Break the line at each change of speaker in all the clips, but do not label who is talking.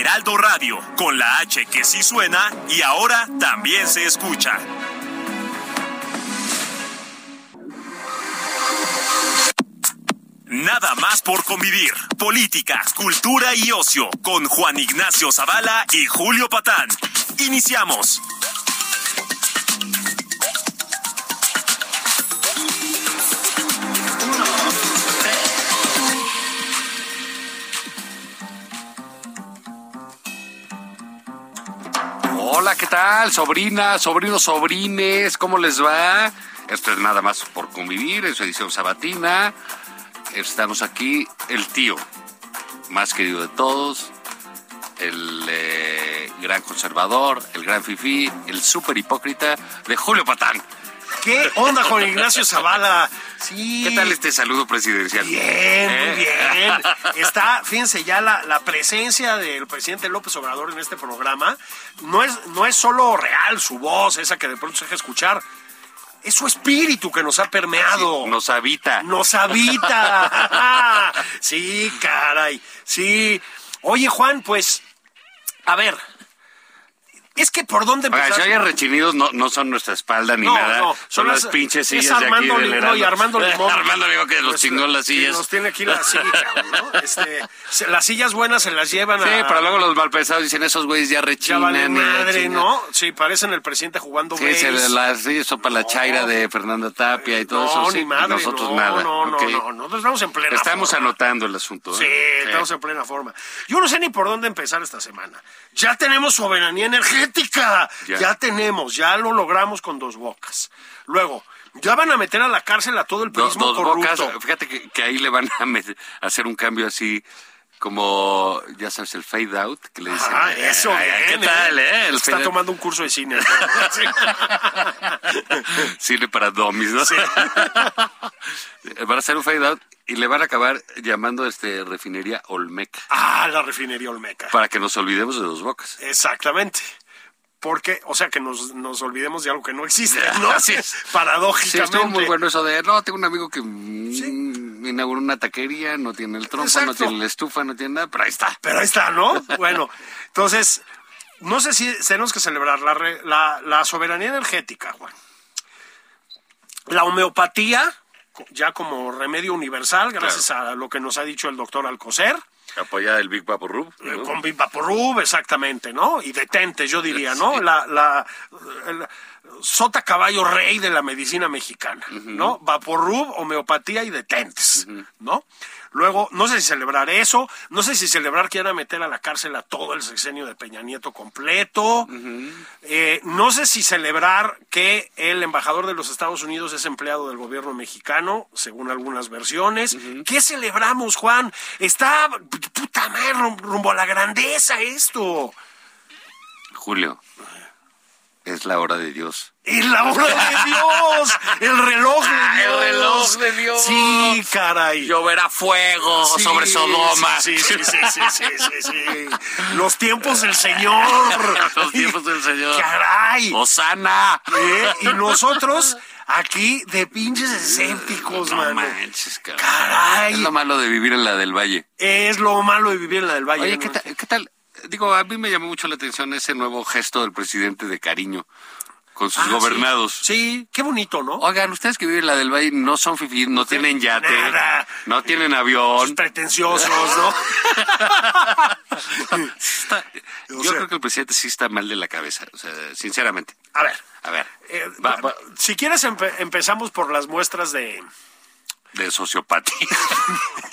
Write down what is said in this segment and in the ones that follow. Heraldo Radio, con la H que sí suena y ahora también se escucha. Nada más por convivir. Política, cultura y ocio con Juan Ignacio Zavala y Julio Patán. Iniciamos.
Hola, ¿qué tal? Sobrinas, sobrinos, sobrines, ¿cómo les va? Esto es nada más por convivir, es su edición sabatina. Estamos aquí, el tío más querido de todos, el eh, gran conservador, el gran fifí, el súper hipócrita de Julio Patán.
¿Qué onda, Juan Ignacio Zavala? Sí.
¿Qué tal este saludo presidencial?
Bien,
¿Eh?
muy bien. Está, fíjense ya la, la presencia del presidente López Obrador en este programa. No es, no es solo real su voz, esa que de pronto se deja escuchar. Es su espíritu que nos ha permeado.
Nos habita.
Nos habita. sí, caray. Sí. Oye, Juan, pues, a ver. Es que por dónde
Oigan,
empezar.
si hay rechinidos, no, no son nuestra espalda ni
No,
nada.
no,
son
son
las
las-
pinches
es
sillas de aquí
Armando
del
Limón
Heraldo. Eh,
y Armando Limón.
Armando Limón que nos chingó las
Sí,
sillas.
Pues, Nos tiene aquí la silla, cabrón, ¿no? Este, se- las sillas buenas se las llevan
Sí,
a.
pero luego los malpensados dicen, esos güeyes ya
Ah. Ya
rechinan.
vale
y la
madre,
chingada".
¿no? Sí, parecen el presidente jugando
Sí,
béis.
se le- las sí, sopa la chaira de Fernanda Tapia y todo
no,
eso. sí,
ni madre.
Nosotros
no,
nada.
No, no,
ok.
no, no. Nosotros estamos en plena
Estamos
forma.
anotando el asunto.
Sí,
¿eh?
estamos en plena forma. Yo no sé ni por dónde empezar esta semana. Ya tenemos soberanía energética.
Ya.
Ya, tenemos, ya lo logramos con dos bocas. Luego, ya van a meter a la cárcel a todo el
Dos,
prismo
dos bocas.
corrupto.
Fíjate que, que ahí le van a met- a hacer un cambio así como, ya sabes, el fade out que le dicen.
Ah, eso,
Ay, ay,
bien,
eh, ¿Qué tal, eh? El
Está
fade out.
tomando un curso de cine. Sí.
Sirve para domis, ¿no? van a hacer un fade out y le van a acabar llamando este refinería Olmeca
Ah, la refinería Olmeca.
para que nos olvidemos de dos bocas.
Exactamente. Porque, o sea, que nos, nos olvidemos de algo que no existe, ¿no?
Así es. Sí,
Paradójicamente.
estuvo muy bueno eso de, no, tengo un amigo que mm, inauguró una taquería, no tiene el trompo, no
Exacto.
tiene la estufa, no tiene nada, pero ahí está.
Pero ahí está, ¿no? Bueno, entonces, no sé si tenemos que celebrar la, re- la, la soberanía energética, Juan. La homeopatía, co- ya como remedio universal, gracias a lo que nos ha dicho el doctor Alcocer,
Apoyada el Big Papo Rub.
eh, con Vivaporub, exactamente, ¿no? Y detente, yo diría, ¿no?
Sí.
La, la, el sota caballo rey de la medicina mexicana, ¿no? Vaporub, homeopatía y detentes, ¿no? Luego, no sé si celebrar eso, no sé si celebrar que a meter a la cárcel a todo el sexenio de Peña Nieto completo, Eh, no sé si celebrar que el embajador de los Estados Unidos es empleado del gobierno mexicano, según algunas versiones. ¿Qué celebramos, Juan? Está, puta madre, rum- rumbo a la grandeza esto.
Julio, es la hora de Dios.
Es la obra de Dios, el reloj de Dios.
Ah, el reloj de Dios.
Sí, caray.
Lloverá fuego
Sí, Sí, sí, sí, sí, sí, sí, sí. Los tiempos del Señor.
Los tiempos del Señor.
Caray.
¡Osana!
¿Eh? Y nosotros aquí de pinches escépticos,
No
Pues, mano.
manches, caray.
Caray.
Es lo malo de vivir en la del Valle.
Es lo malo de vivir en la del Valle.
Oye,
¿no?
¿qué tal, ¿qué tal? Digo, a mí me llamó mucho la atención ese nuevo gesto del presidente de cariño con sus
Ah, sí.
gobernados.
Sí. qué bonito, ¿no?
Oigan, ustedes que viven en la del Valle no son fifí, no tienen yate,
nada. Pues,
no tienen
Los
avión.
pretenciosos, ¿no?
Está- yo
O sea-
creo que el presidente sí está mal de la cabeza, o sea, sinceramente.
A ver,
A ver,
eh,
va- va-
si quieres empe- empezamos por las muestras de...
de sociopatía.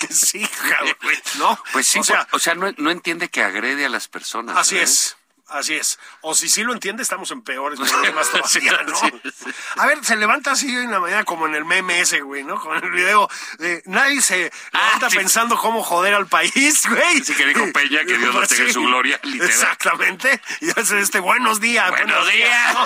Que sí, cabrón, Ah, ¿no?
Pues sí,
o sea,
o sea no, no entiende que agrede a las personas.
así
¿eh?
es. Así es. O si sí lo entiende, estamos en peores problemas todavía, ¿no? A ver, se levanta así en la mañana como en el meme ese, güey, ¿no? Con el video de nadie se
Ah,
levanta
sí.
pensando cómo joder al país, güey. Pues
Así que dijo Peña que Dios nos tenga en su gloria, literal.
Exactamente. Y hace este buenos días.
Buenos días.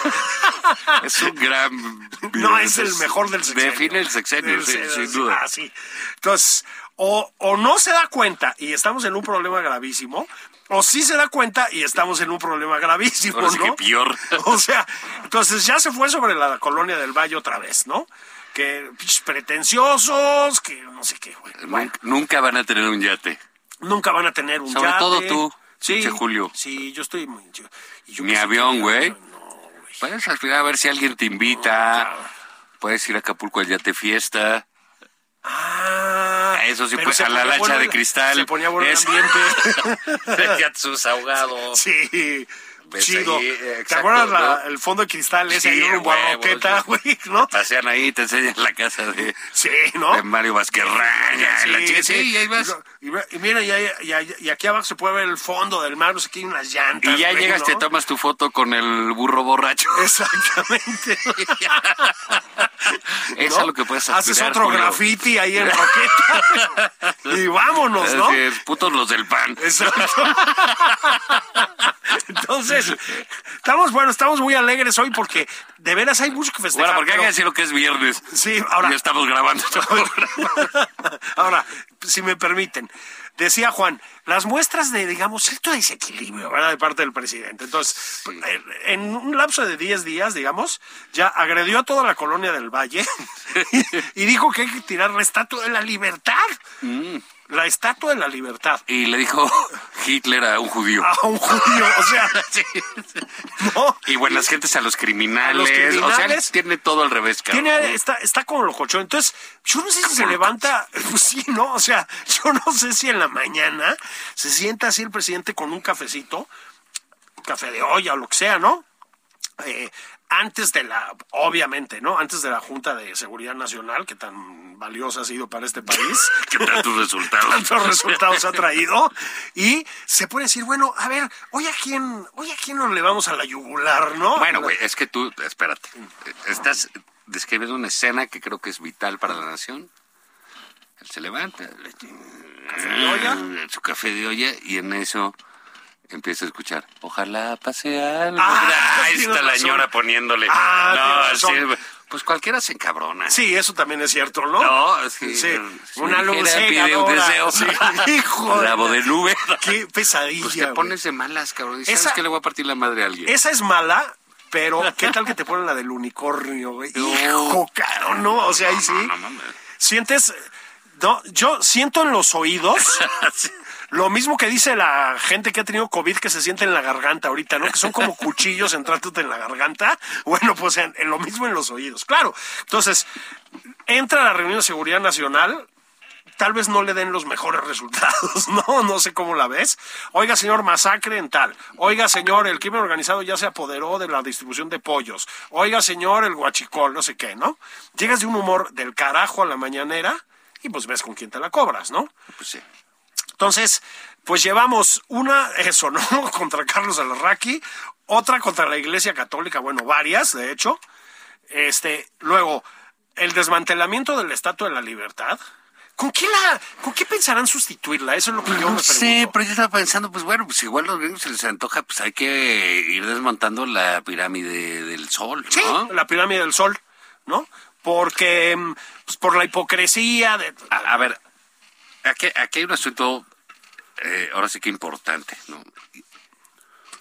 Es un gran.
No es el mejor del sexenio.
Define el sexenio,
Del-
sí,
del-
sin duda.
Ah, sí. Entonces, o, o no se da cuenta y estamos en un problema gravísimo, o sí se da cuenta y estamos en un problema gravísimo,
Ahora sí
¿no?
que peor.
O sea, entonces ya se fue sobre la colonia del Valle otra vez, ¿no? Que pich, pretenciosos, que no sé qué, güey. Bueno,
Nunca, nunca van a tener un yate.
nunca van a tener un
Sobre
yate.
todo tú, pinche Julio.
Sí, yo estoy muy... yo- y yo
Ni
qué sé
avión,
qué-
güey.
No, güey.
Puedes aspirar a ver si alguien te invita. Puedes ir a Acapulco al yate fiesta.
Ah,
A eso sí,
pero
pues,
se
a la
ponía
lancha
bueno
de
el-
cristal.
Se ponía bueno el
Es-
ambiente.
ya sus ahogados.
Sí.
Ves
Chido.
ahí, eh,
¿Te
exacto,
acuerdas la-
¿no?
el fondo de cristal ese ahí
Sí,
rumbo a
huevos,
Roqueta,
güey.
güey, ¿no?
Pasean ahí, te enseñan la casa de,
Sí, ¿no?
de Mario Vázquez-Raña. la chica- sí, y ahí vas.
Y, ve- y mira, y, ahí- y ahí- y aquí abajo se puede ver el fondo del mar, no sé qué, hay unas llantas.
Y ya
güey,
llegas,
¿no?
te tomas tu foto con el burro borracho.
Exactamente.
Eso es lo que puedes hacer.
Haces otro graffiti ahí en Roqueta. y vámonos, ¿no?
putos los del pan.
Exacto. Entonces, estamos, bueno, estamos muy alegres hoy porque de veras hay mucho que festejar.
Bueno, porque hay que
pero-
decir lo que es viernes.
Sí, ahora-
Y estamos grabando.
Ahora, si me permiten, decía Juan, las muestras de, digamos, cierto desequilibrio, ¿verdad? De parte del presidente. Entonces, eh, en un lapso de 10 días, digamos, ya agredió a toda la colonia del Valle y dijo que hay que tirar la estatua de la libertad.
Mm.
La estatua de la libertad.
y le dijo Hitler a un judío.
A un judío, o sea,
Sí.
no.
Y buenas gentes a los criminales.
A
O sea,
los
él
criminales.
tiene todo al revés, cabrón.
Tiene, está, está como locochón. Entonces, yo no sé si se levanta, pues sí, ¿no? O sea, yo no sé si en la mañana se sienta así el presidente con un cafecito, un café de olla o lo que sea, ¿no? Eh, antes de la, obviamente, ¿no? Antes de la Junta de Seguridad Nacional, que tan valiosa ha sido para este país.
¿Qué tal tus resultados?
tantos resultados ha traído y se puede decir, bueno, a ver, hoy a quién, hoy a quién nos le vamos a la yugular, ¿no?
Bueno, güey, es que tú, espérate. Estás describiendo una escena que creo que es vital para la nación. Él se levanta, le Mm,
de olla.
su café de olla y en eso empieza a escuchar. Ojalá pase algo.
Ah,
ahí
tienes
está la
razón.
señora poniéndole.
Ah,
no,
tienes razón.
sí, pues cualquiera se encabrona.
Sí, eso también es cierto, ¿no?
No, sí.
Sí,
Si dijera,
una luz
pide un
cegadora.
deseo.
Sí, hijo de
Rabo
la-
de nube.
Qué pesadilla.
Pues te
güey.
pones de malas, cabrón. Y
Esa-
sabes que le voy a partir la madre a alguien.
Esa es mala, pero ¿qué tal que te ponen la del unicornio, güey? Hijo, caro, ¿no? O sea, ahí sí.
No, no mames.
Sientes. No, yo siento en los oídos. Lo mismo que dice la gente que ha tenido COVID que se siente en la garganta ahorita, ¿no? Que son como cuchillos entrándote en la garganta. Bueno, pues en, en lo mismo en los oídos, claro. Entonces, entra a la reunión de seguridad nacional, tal vez no le den los mejores resultados, ¿no? No sé cómo la ves. Oiga, señor, masacre en tal. Oiga, señor, el crimen organizado ya se apoderó de la distribución de pollos. Oiga, señor, el guachicol, no sé qué, ¿no? Llegas de un humor del carajo a la mañanera y pues ves con quién te la cobras, ¿no?
Pues sí.
Entonces, pues llevamos una, eso, ¿no? Contra Carlos Alarraqui, otra contra la Iglesia Católica, bueno, varias, de hecho. Este, luego, el desmantelamiento del Estatua de la Libertad. ¿Con qué, la, ¿Con qué pensarán sustituirla? Eso es lo que yo
Ah, No
me
sé,
pregunto.
pero yo estaba pensando, pues bueno, pues igual los gringos se les antoja, pues hay que ir desmontando la pirámide del sol,
Sí,
¿no?
la pirámide del Sol, ¿no? Porque, mm, pues, por la hipocresía de...
A, a ver, aquí, aquí hay un asunto, eh, ahora sí que importante, ¿no?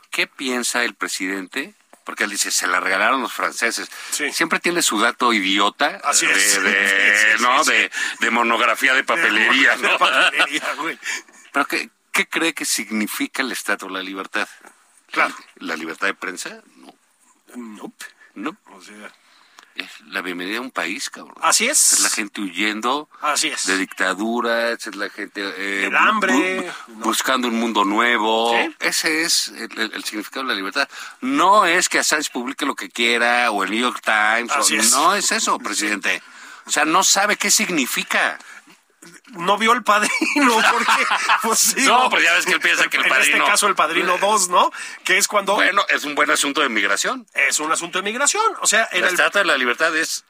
¿Qué piensa el presidente? Porque él dice, se la regalaron los franceses.
Sí.
Siempre tiene su dato idiota
Así
de,
es.
de-
Sí, sí, sí,
¿no?
sí.
De, de monografía de papelería,
De
¿no?
papelería, güey.
Pero ¿qué, qué cree que significa el Estado de la libertad?
Claro.
¿La, la libertad de prensa? No.
Nope.
No.
O sea,
Es la bienvenida a un país, cabrón.
Así
Es la gente huyendo
Así es.
de dictaduras, es la gente eh,
Del hambre,
bu- buscando un mundo nuevo.
Sí.
Ese es el, el- el significado de la libertad. No es que Assange publique lo que quiera o el New York Times. o-
Así es.
No es eso, presidente. O sea, no sabe qué significa.
no vio el padrino, porque. Pues, sí,
No, pero ya ves que él piensa que El
En
Padrino-
este caso, el padrino 2, ¿no? Que es cuando.
Bueno, es un buen asunto de migración.
Es un asunto de migración. O sea,
La
era el, Ah,
Estatua de la Libertad es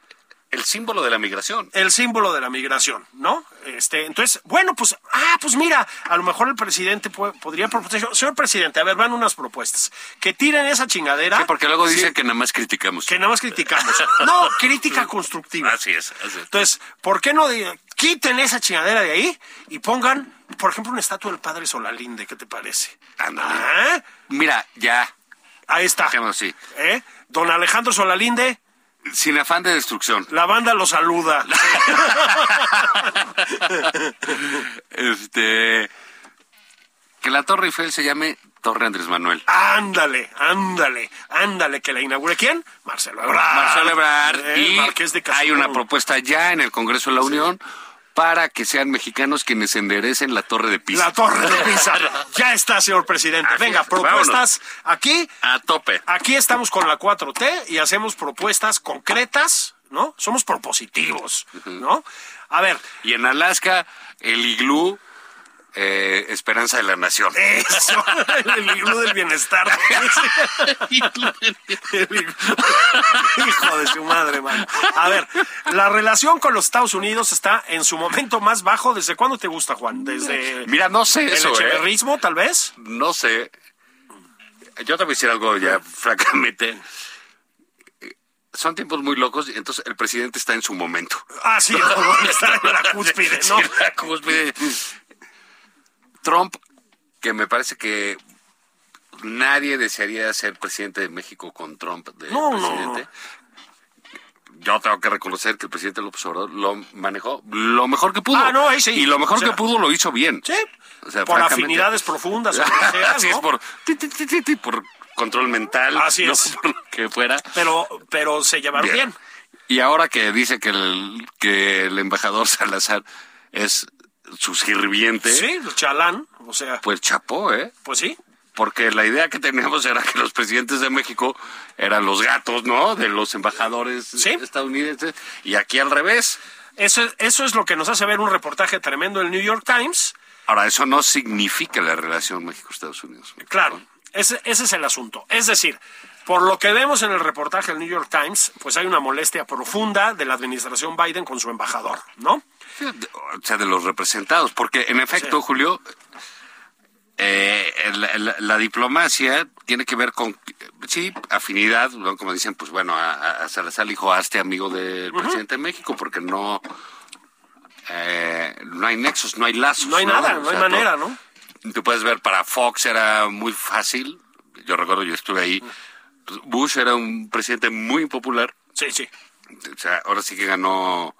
el símbolo de la migración.
el símbolo de la migración, ¿no? Este, entonces, bueno, pues, ah, pues mira, a lo mejor el presidente pue- podría proponer. Señor presidente, a ver, van unas propuestas. Que tiren esa chingadera.
Sí, porque luego
Sí,
dicen que nada más criticamos.
que nada más criticamos. No, crítica constructiva.
Así es, así es.
Entonces, ¿por qué no de- quiten esa chingadera de ahí y pongan, por ejemplo, una estatua del padre Solalinde? ¿Qué te parece?
Ándale.
Ah,
Mira, ya,
Ahí está.
Dejémoslo así.
¿Eh? Don Alejandro Solalinde,
sin afán de destrucción.
la banda lo saluda.
Este. Que la Torre Eiffel se llame Torre Andrés Manuel.
ándale, ándale, ándale, que la inaugure quién? Marcelo Ebrard.
Marcelo Ebrard
Ah, Eh,
y
Marqués de
hay
Castrejón.
una propuesta ya en el Congreso de la Unión para que sean mexicanos quienes enderecen la Torre de Pisa.
La torre de Pisa. ya está, señor presidente.
Así
Venga,
es,
propuestas aquí.
A tope.
Aquí estamos con la 4T y hacemos propuestas concretas, ¿no? Somos propositivos, ¿no? A ver,
Y en Alaska, el iglú eh, Esperanza de la Nación.
Eh. eso, el iglú del bienestar. El iglú. Hijo de su madre, man. A ver, la relación con los Estados Unidos está en su momento más bajo. ¿Desde cuándo te gusta, Juan? ¿Desde
Mira, no sé
el
eso, ¿eh?
echeverrismo, tal vez?
No sé. Yo te voy a decir algo ya, francamente. Son tiempos muy locos, y entonces el presidente está en su momento.
Ah, sí, está en la cúspide, ¿no?
Sí, la cúspide. Trump, que me parece que nadie desearía ser presidente de México con Trump de
No, no,
presidente. Yo tengo que reconocer que el presidente López Obrador lo manejó lo mejor que pudo.
Ah, no, ahí sí.
Y lo mejor
O sea,
que pudo lo hizo bien.
Sí,
O sea,
por
francamente.
afinidades profundas. o lo que sea,
Así
¿no?
es, por, ti, ti, ti, ti, ti, por control mental.
Así
no
es.
Por lo que fuera.
Pero, pero se llevaron bien.
Y ahora que dice que el, que el embajador Salazar es su sirviente,
Sí, el chalán, o sea,
pues chapó, ¿eh?
pues sí.
Porque la idea que teníamos era que los presidentes de México eran los gatos, ¿no? De los embajadores
Sí.
estadounidenses. Y aquí al revés.
Eso, es- eso es lo que nos hace ver un reportaje tremendo del New York Times.
Ahora, eso no significa la relación México-Estados Unidos.
Claro, ese, ese es el asunto. Es decir, por lo que vemos en el reportaje del New York Times, pues hay una molestia profunda de la administración Biden con su embajador, ¿no?
O sea, de los representados. Porque, en efecto,
Sí.
Julio, eh, la, la- la diplomacia tiene que ver con, sí, afinidad, ¿no? como dicen, pues bueno, a, a- a Salazar le dijo, hazte amigo del presidente de México, porque no... eh, no hay nexos, no hay lazos.
No hay nada,
O
no
sea,
hay
todo-
manera, ¿no?
Tú puedes ver, para Fox era muy fácil. Yo recuerdo, yo estuve ahí. Pues, Bush era un presidente muy popular.
Sí, sí.
O sea, ahora sí que ganó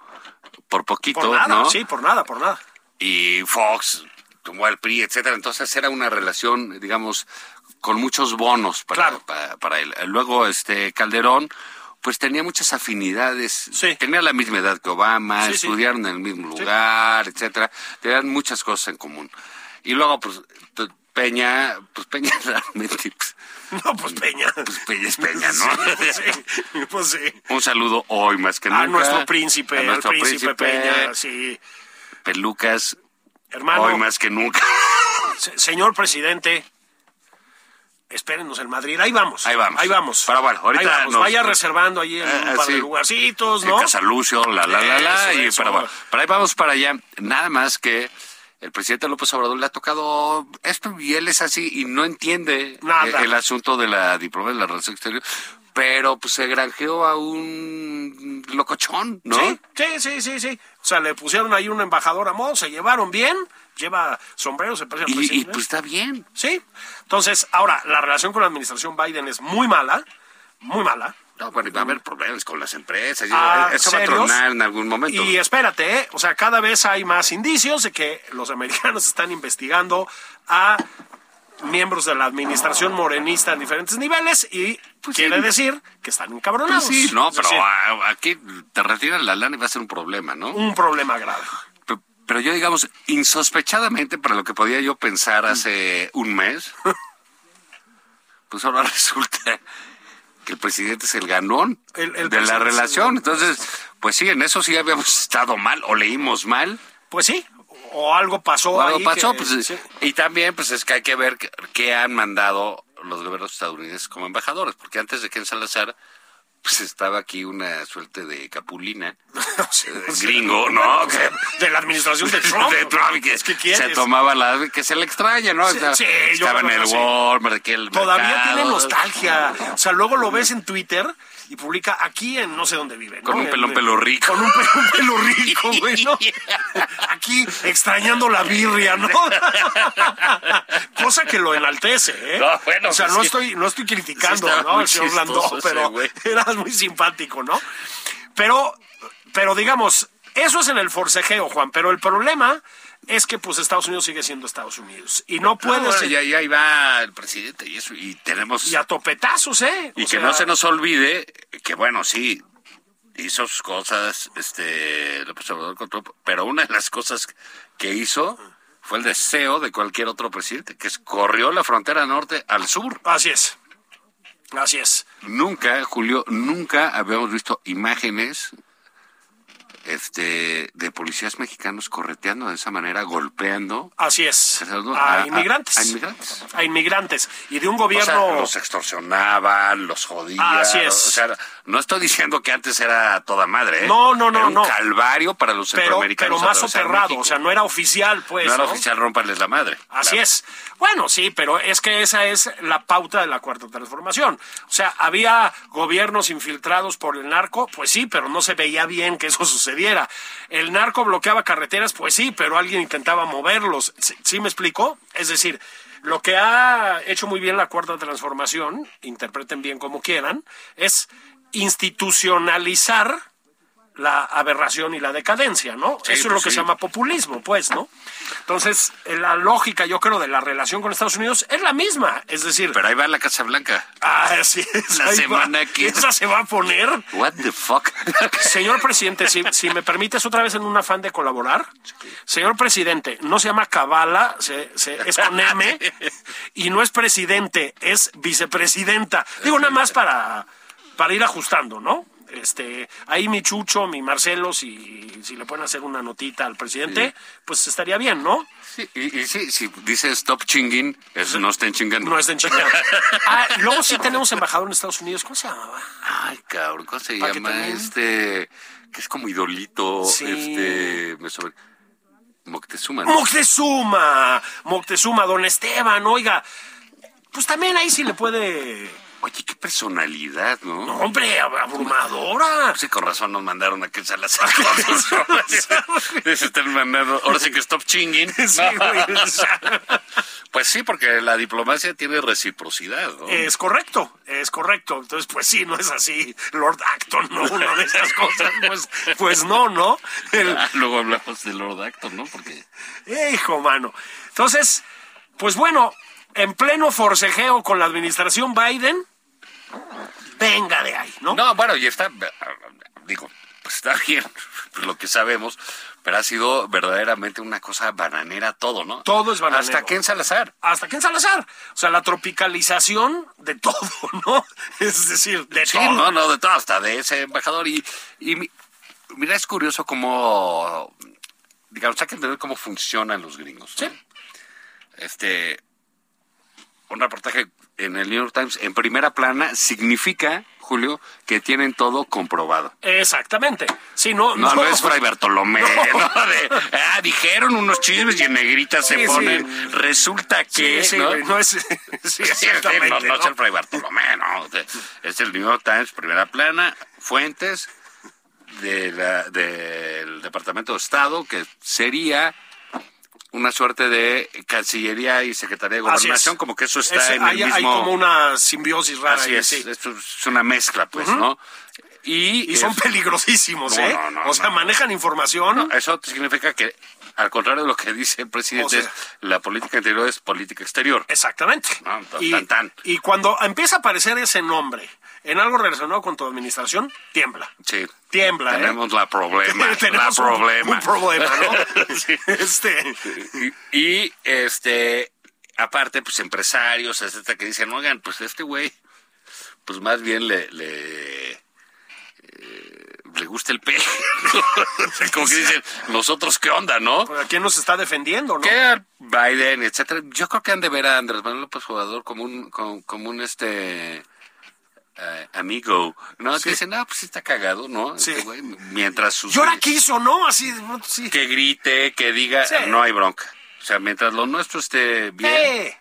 por poquito,
Por nada,
¿no?
sí, por nada, por nada.
y Fox tomó el PRI, etcétera. Entonces era una relación, digamos, con muchos bonos para,
Claro.
para, para él. Luego, este Calderón, pues tenía muchas afinidades.
Sí.
Tenía la misma edad que Obama,
Sí, sí.
estudiaron en el mismo lugar, etcétera. Tenían muchas cosas en común. Y luego, pues, t- Peña, pues Peña realmente, pues,
No, pues Peña.
pues, Peña es Peña, ¿no?
Sí, pues sí, pues sí.
Un saludo hoy más que nunca.
A nuestro príncipe,
a
al
nuestro
príncipe, Peña, sí.
Pelucas,
Hermano,
hoy más que nunca.
se- señor presidente, espérenos en Madrid. Ahí vamos.
Ahí vamos.
Ahí vamos.
Pero bueno, ahorita
Ahí vamos.
nos-
Vaya reservando ahí en
Ah,
un par
sí.
de lugarcitos,
El
¿no?
Casalucio, la, la, la, la.
Eso,
y
eso.
para, abajo. Pero ahí vamos para allá. Nada más que el presidente López Obrador le ha tocado esto y él es así y no entiende eh,
Nada.
El, el asunto de la diplomacia, de la relación exterior. Pero pues se granjeó a un locochón, ¿no?
Sí, sí, sí, sí, sí. O sea, le pusieron ahí un embajador a modo, se llevaron bien, lleva sombreros, se parece al
Y, y
presidente.
pues está bien.
Sí. Entonces, ahora, la relación con la administración Biden es muy mala, muy mala.
No, bueno, y va a haber problemas con las empresas. y
Ah,
Eso va a
¿serios?
tronar en algún momento.
Y espérate, ¿eh? o sea, cada vez hay más indicios de que los americanos están investigando a miembros de la administración morenista en diferentes niveles y
Pues
quiere
sí.
decir que están
Pues
encabronados.
sí, no,
Es
pero
decir,
ah, aquí te retiran la lana y va a ser un problema, ¿no?
un problema grave.
Pe- Pero yo, digamos, insospechadamente, para lo que podía yo pensar hace un mes, pues ahora resulta que el presidente es el ganón
El- el
de la
presidente es el
relación.
ganón.
Entonces, pues sí, en eso sí habíamos estado mal o leímos mal.
Pues sí, o algo pasó.
O algo
ahí
pasó,
que-
pues,
sí.
Y también, pues es que hay que ver qué- qué han mandado los gobiernos estadounidenses como embajadores, porque antes de que en Salazar, pues estaba aquí una suerte de capulina, eh, gringo, ¿no? Que,
de la administración de Trump.
de Trump, que
Es que
se
quieres.
tomaba la que se le extraña, ¿no?
Sí,
Estaba-
sí, yo
estaba en
creo
el
que sí.
Walmart, que el
Todavía
mercado,
tiene nostalgia. O sea, luego lo ves en Twitter y publica aquí en no sé dónde vive. ¿no?
Con un
En-
pelón pelo rico.
Con un pelón pelo rico, güey, ¿no? Aquí extrañando la birria, ¿no? Cosa que lo enaltece, ¿eh?
No, bueno,
o sea,
pues
no,
sí.
estoy, no estoy
Sí,
criticando,
estaba
¿no?
muy
Al señor Blandó,
chistoso ese
pero
güey.
eras muy simpático, ¿no? Pero, pero digamos, eso es en el forcejeo, Juan, pero el problema es que pues Estados Unidos sigue siendo Estados Unidos y no puede
Ah, bueno,
ser-
y ahí- ahí va el presidente y eso, y tenemos...
y a topetazos, ¿eh?
Y
O
que
sea,
no se nos olvide que, bueno, sí, hizo sus cosas, este, López Obrador con Trump, pero una de las cosas que hizo fue el deseo de cualquier otro presidente, que es corrió la frontera norte al sur.
Así es. Así es.
Nunca, Julio, nunca habíamos visto imágenes este, de policías mexicanos correteando de esa manera, golpeando
Así es.
A-
A,
a-
inmigrantes.
a inmigrantes.
A inmigrantes. Y de un
O sea,
gobierno. Ah,
los extorsionaban, los jodían.
Así es.
O sea, no estoy diciendo que antes era toda madre. ¿eh?
No, no, no,
Era un
no.
calvario para los
pero,
centroamericanos.
pero más
atravesar
soterrado.
México.
O sea, no era oficial, pues.
No era
¿no?
oficial romperles la madre.
Así
Claro.
es. Bueno, sí, pero es que esa es la pauta de la cuarta transformación. O sea, había gobiernos infiltrados por el narco, pues sí, pero no se veía bien que eso sucediera. El narco bloqueaba carreteras, pues sí, pero alguien intentaba moverlos. ¿Sí, sí me explicó? Es decir, lo que ha hecho muy bien la cuarta transformación, interpreten bien como quieran, es institucionalizar la aberración y la decadencia, ¿no?
Sí,
Eso es
pues
lo que
sí.
se llama populismo, pues, ¿no? Entonces, eh, la lógica, yo creo, de la relación con Estados Unidos es la misma. Es decir, ah,
Pero ahí va la Casa Blanca.
así es,
La
ahí va.
semana que-
Esa se va a poner.
What the fuck?
Señor presidente, si, si me permites otra vez en un afán de colaborar. Señor presidente, no se llama Cabala, se- se- es con M, y no es presidente, es vicepresidenta. Digo, nada más para, para ir ajustando, ¿no? Este, ahí mi Chucho, mi Marcelo, si, si le pueden hacer una notita al presidente, pues estaría bien, ¿no?
Sí, y, y sí, si dice stop chinging, eso no estén chingando.
No es de enchinar. Ah, luego sí tenemos embajador en Estados Unidos, ¿cómo se llamaba?
Ay, cabrón, ¿cómo se
¿Para qué
llama
también?
este? Que es como idolito,
Sí.
este... Me sobre... Moctezuma, ¿no?
Moctezuma, Moctezuma, don Esteban, oiga, pues también ahí sí le puede,
Oye, qué personalidad, ¿no?
No, hombre, ab- abrumadora.
Sí, con razón nos mandaron a que Salazar. Les están mandando. Ahora sí que stop chinging.
Sí, güey, o sea,
Pues sí, porque la diplomacia tiene reciprocidad, ¿no?
es correcto, es correcto. Entonces, pues sí, no es así, Lord Acton, ¿no? Una de esas cosas, pues, pues no, ¿no? El,
Ah, Luego hablamos del Lord Acton, ¿no? Porque.
Hijo, mano. Entonces, pues bueno, en pleno forcejeo con la administración Biden, venga de ahí, ¿no?
No, bueno, y está. Digo, pues está bien lo que sabemos, pero ha sido verdaderamente una cosa bananera todo, ¿no?
Todo es bananero.
Hasta que en Salazar.
Hasta que en Salazar. O sea, la tropicalización de todo, ¿no? Es decir, de
Sí,
todo.
no, no, de todo, hasta de ese embajador. Y, y mi- mira, es curioso cómo, digamos, hay que entender cómo funcionan los gringos. ¿no?
Sí.
Este, un reportaje en el New York Times en primera plana significa, Julio, que tienen todo comprobado.
Exactamente. Sí, no,
No, no es Fray Bartolomé,
No.
¿no? De, ah, dijeron unos chismes y en negrita se
Sí, sí.
ponen. Resulta que,
Sí, sí,
¿no?
güey, no es. Sí,
Sí,
exactamente.
no, no es
¿no?
el Fray Bartolomé, no. Es el New York Times, primera plana, fuentes de la- del Departamento de Estado, que sería una suerte de Cancillería y Secretaría de
Así
Gobernación,
es.
como que eso está
Es-
en
hay,
el
hay
mismo...
como una simbiosis rara.
Así
ahí,
es,
sí.
esto es una mezcla, pues, ¿no? Y,
Y son
es-
peligrosísimos,
No,
¿eh?
no, no,
o sea,
no. eh.
manejan información.
Eso significa que, al contrario de lo que dice el presidente,
O sea-
es la política interior es política exterior.
Exactamente.
No, tan,
y,
tan, tan.
y cuando empieza a aparecer ese nombre en algo relacionado con tu administración, tiembla.
Sí.
Tiembla, ¿eh?
Tenemos la problema.
Tenemos
la
un-
problema.
Un, problema, ¿no?
Sí.
Este,
y, y, este, aparte, pues empresarios, etcétera, que dicen, oigan, pues este güey, pues más bien le, le, eh, le gusta el peje. Como que dicen, nosotros qué onda, ¿no?
Pues, ¿A quién nos está defendiendo, no?
que a Biden, etcétera. Yo creo que han de ver a Andrés Manuel López Obrador como un, como, como un este eh, amigo, ¿no? Que dicen, ah, pues sí está cagado, ¿no?
Sí.
Este güey, mientras sus
Y ahora quiso, ¿no? Así, no, sí.
que grite, que diga,
Sí.
no hay bronca. O sea, mientras lo nuestro esté bien,
Eh,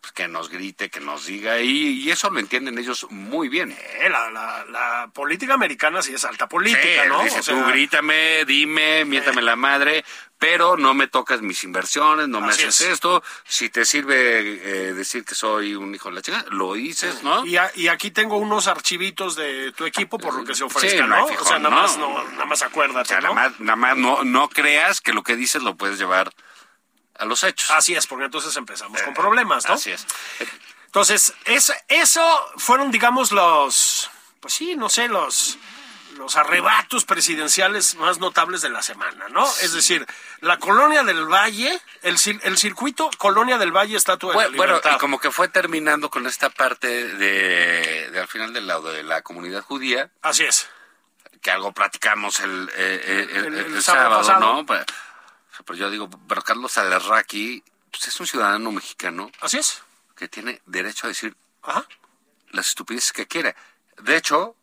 pues que nos grite, que nos diga, y, y eso lo entienden ellos muy bien.
eh, la, la- la política americana sí es alta política,
Sí,
¿no?
dice,
O sea,
tú grítame, dime, miéntame la madre, pero no me tocas mis inversiones, no me
Así
haces
es.
esto. Si te sirve eh, decir que soy un hijo de la chica, lo dices, ¿no?
Y, a- y aquí tengo unos archivitos de tu equipo por lo que se ofrezca,
Sí, no hay
¿no?
fijón,
o sea, nada
no.
más, no, nada más
o
acuérdate,
sea, nada
¿no?
más, nada más no, no creas que lo que dices lo puedes llevar a los hechos.
Así es, porque entonces empezamos con problemas, ¿no?
Eh, Así es.
Entonces, es, eso fueron, digamos, los, pues sí, no sé, los, los arrebatos presidenciales más notables de la semana, ¿no? Es decir, la colonia del Valle, el, cir- el circuito Colonia del Valle Estatua de la
Bueno, bueno,
Libertad.
y como que fue terminando con esta parte de, de al final del lado de la comunidad judía,
Así es.
que algo platicamos el, eh, eh, el-
El-
el
el
sábado,
sábado
¿no? Pero, pero yo digo, pero Carlos Alarraqui pues es un ciudadano mexicano
Así es.
que tiene derecho a decir
Ajá.
las estupideces que quiera. De hecho,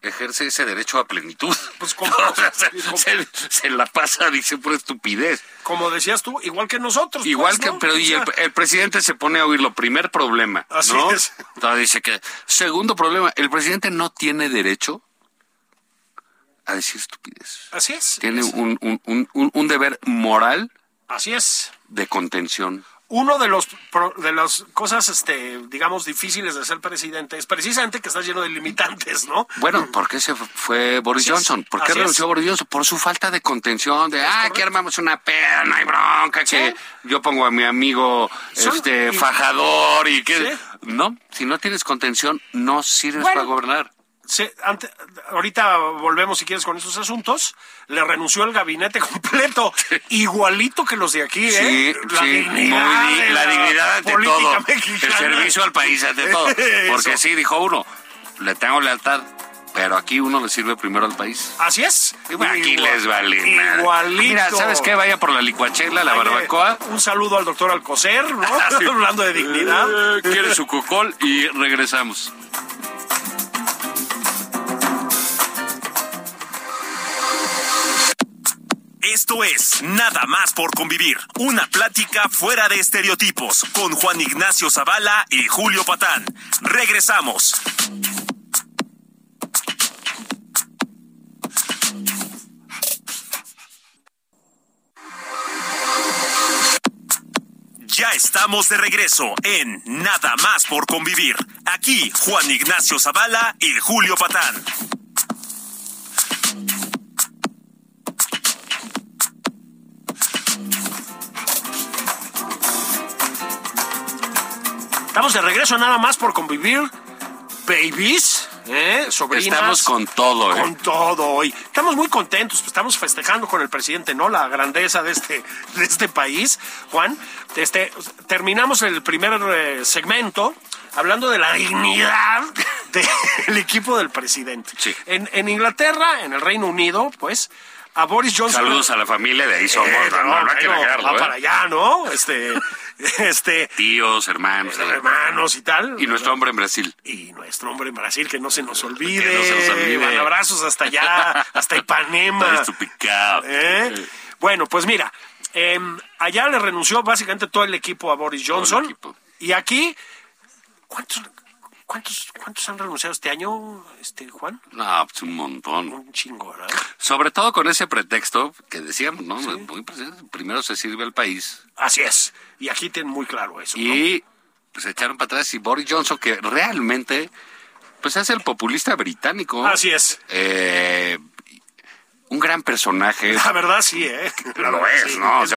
ejerce ese derecho a plenitud.
Pues, ¿cómo?
O sea, se, se- se la pasa, dice, por estupidez.
Como decías tú, igual que nosotros.
Igual
pues,
que,
¿no?
pero
O
y
sea,
el, el presidente se pone a oírlo, primer problema.
Así
¿no?
es.
Entonces dice que, segundo problema, el presidente no tiene derecho a decir estupidez.
Así es.
Tiene un, un- un- un- un deber moral
Así es.
de contención.
uno de los pro- de las cosas este digamos difíciles de ser presidente es precisamente que estás lleno de limitantes no
Bueno, ¿por qué se fue Boris
Mm. Así es,
Johnson? ¿Por qué
así es.
renunció Boris Johnson? Por su falta de contención, de, ah, que armamos una peda, no hay bronca, que yo pongo a mi amigo
Son-
este
y-
fajador y que...
Sí.
No, si no tienes contención, no sirves
Bueno.
para gobernar.
Se- ante- ahorita volvemos si quieres con esos asuntos le renunció el gabinete completo igualito que los de aquí
Sí,
eh la
sí,
dignidad
muy di-
de
la dignidad ante todo,
mexicana.
el servicio al país ante todo, porque
Eso.
sí dijo uno, le tengo lealtad, pero aquí uno le sirve primero al país.
así es
Y bueno, aquí
Igual-
les vale nada.
igualito
Mira, ¿sabes qué? Vaya por la licuachela, la barbacoa.
un saludo al doctor Alcocer no hablando de dignidad
Eh, Quiere su cocol y regresamos.
Esto es Nada más por convivir, una plática fuera de estereotipos con Juan Ignacio Zavala y Julio Patán. Regresamos. Ya estamos de regreso en Nada más por convivir. Aquí Juan Ignacio Zavala y Julio Patán.
Estamos de regreso nada más por convivir, babies, ¿eh? sobrinas.
Estamos con todo,
con
¿eh?
todo hoy. Estamos muy contentos, pues, estamos festejando con el presidente, ¿no? La grandeza de este, de este país, Juan. Este, terminamos el primer eh, segmento hablando de la dignidad del equipo del presidente.
Sí.
En, en Inglaterra, en el Reino Unido, pues, a Boris Johnson.
Saludos a la familia de ahí somos,
Eh,
no, no, no hay que
bueno,
negarlo,
va
¿eh?
para allá, ¿no? Este, este,
Tíos, hermanos,
Eh,
eh.
hermanos y tal.
Y nuestro hombre en Brasil.
Y nuestro hombre en Brasil, que no se nos olvide.
Que no se nos olvide.
Van abrazos hasta allá, hasta Ipanema.
Traes tu pickup.
Ah. ¿Eh? Bueno, pues mira, em, allá le renunció básicamente todo el equipo a Boris Johnson.
equipo.
Y aquí, ¿cuántos, cuántos, cuántos han renunciado este año, este Juan?
No, pues un montón.
Un chingo, ¿verdad?
Sobre todo con ese pretexto que decíamos, ¿no? Muy presente, Primero se sirve al país.
Así es. Y aquí tienen muy claro eso. ¿no?
Y se echaron para atrás. Y Boris Johnson, que realmente, pues es el populista británico.
Así es.
Eh, un gran personaje.
La verdad sí, ¿eh? La
Lo
verdad,
es,
sí.
¿no? O sea,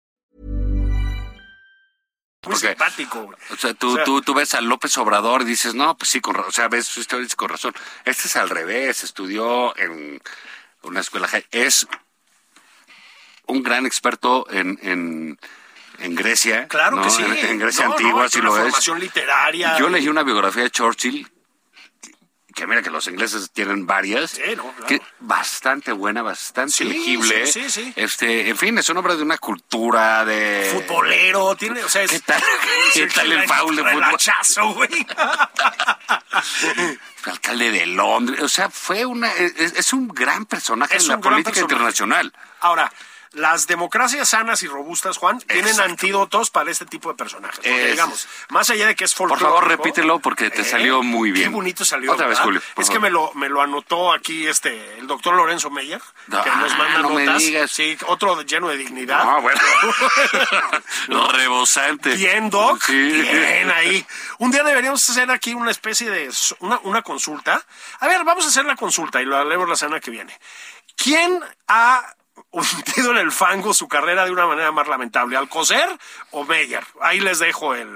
Ok.
Muy simpático, güey.
O sea, tú,
O sea-
tú, tú ves a López Obrador y dices, no, pues sí, con razón. O sea, ves su historia y dices, con razón. Este es al revés, estudió en una escuela. high. Es un gran experto en, en, en Grecia.
Claro
¿no?
que sí.
En, en Grecia
No, no,
antigua,
es
sí
una
lo es.
formación literaria.
Yo leí una biografía de Churchill, que mira que los ingleses tienen varias,
Sí, no, claro.
que bastante buena, bastante
Sí,
legible.
sí, sí, sí.
Este, en fin, es un hombre de una cultura de
Futbolero, tiene, o sea, es-
¿Qué tal?
es
¿Qué tal el foul de fútbol?
relachazo, güey.
alcalde de Londres, o sea, fue una es, es un gran personaje
Es
en la
un gran
política
personaje.
internacional.
Ahora, las democracias sanas y robustas, Juan, tienen
Exacto.
antídotos para este tipo de personajes. porque,
Es-
digamos, más allá de que es
favor,
folclórico. ¿eh?
repítelo, porque te salió muy bien.
Qué bonito salió.
Otra vez,
¿verdad?
Julio, por
Es que
favor.
me lo, me lo anotó aquí este el doctor Lorenzo Meyer,
No,
que nos manda
Ah, no me
notas.
digas.
Sí, otro de- lleno de dignidad.
Ah, bueno. Rebosante.
Bien, Doc.
Sí.
Bien ahí. Un día deberíamos hacer aquí una especie de s- una, una consulta. A ver, vamos a hacer la consulta y la leemos la semana que viene. ¿Quién ha hundido en el fango su carrera de una manera más lamentable? ¿Alcocer o Meyer? Ahí les dejo el,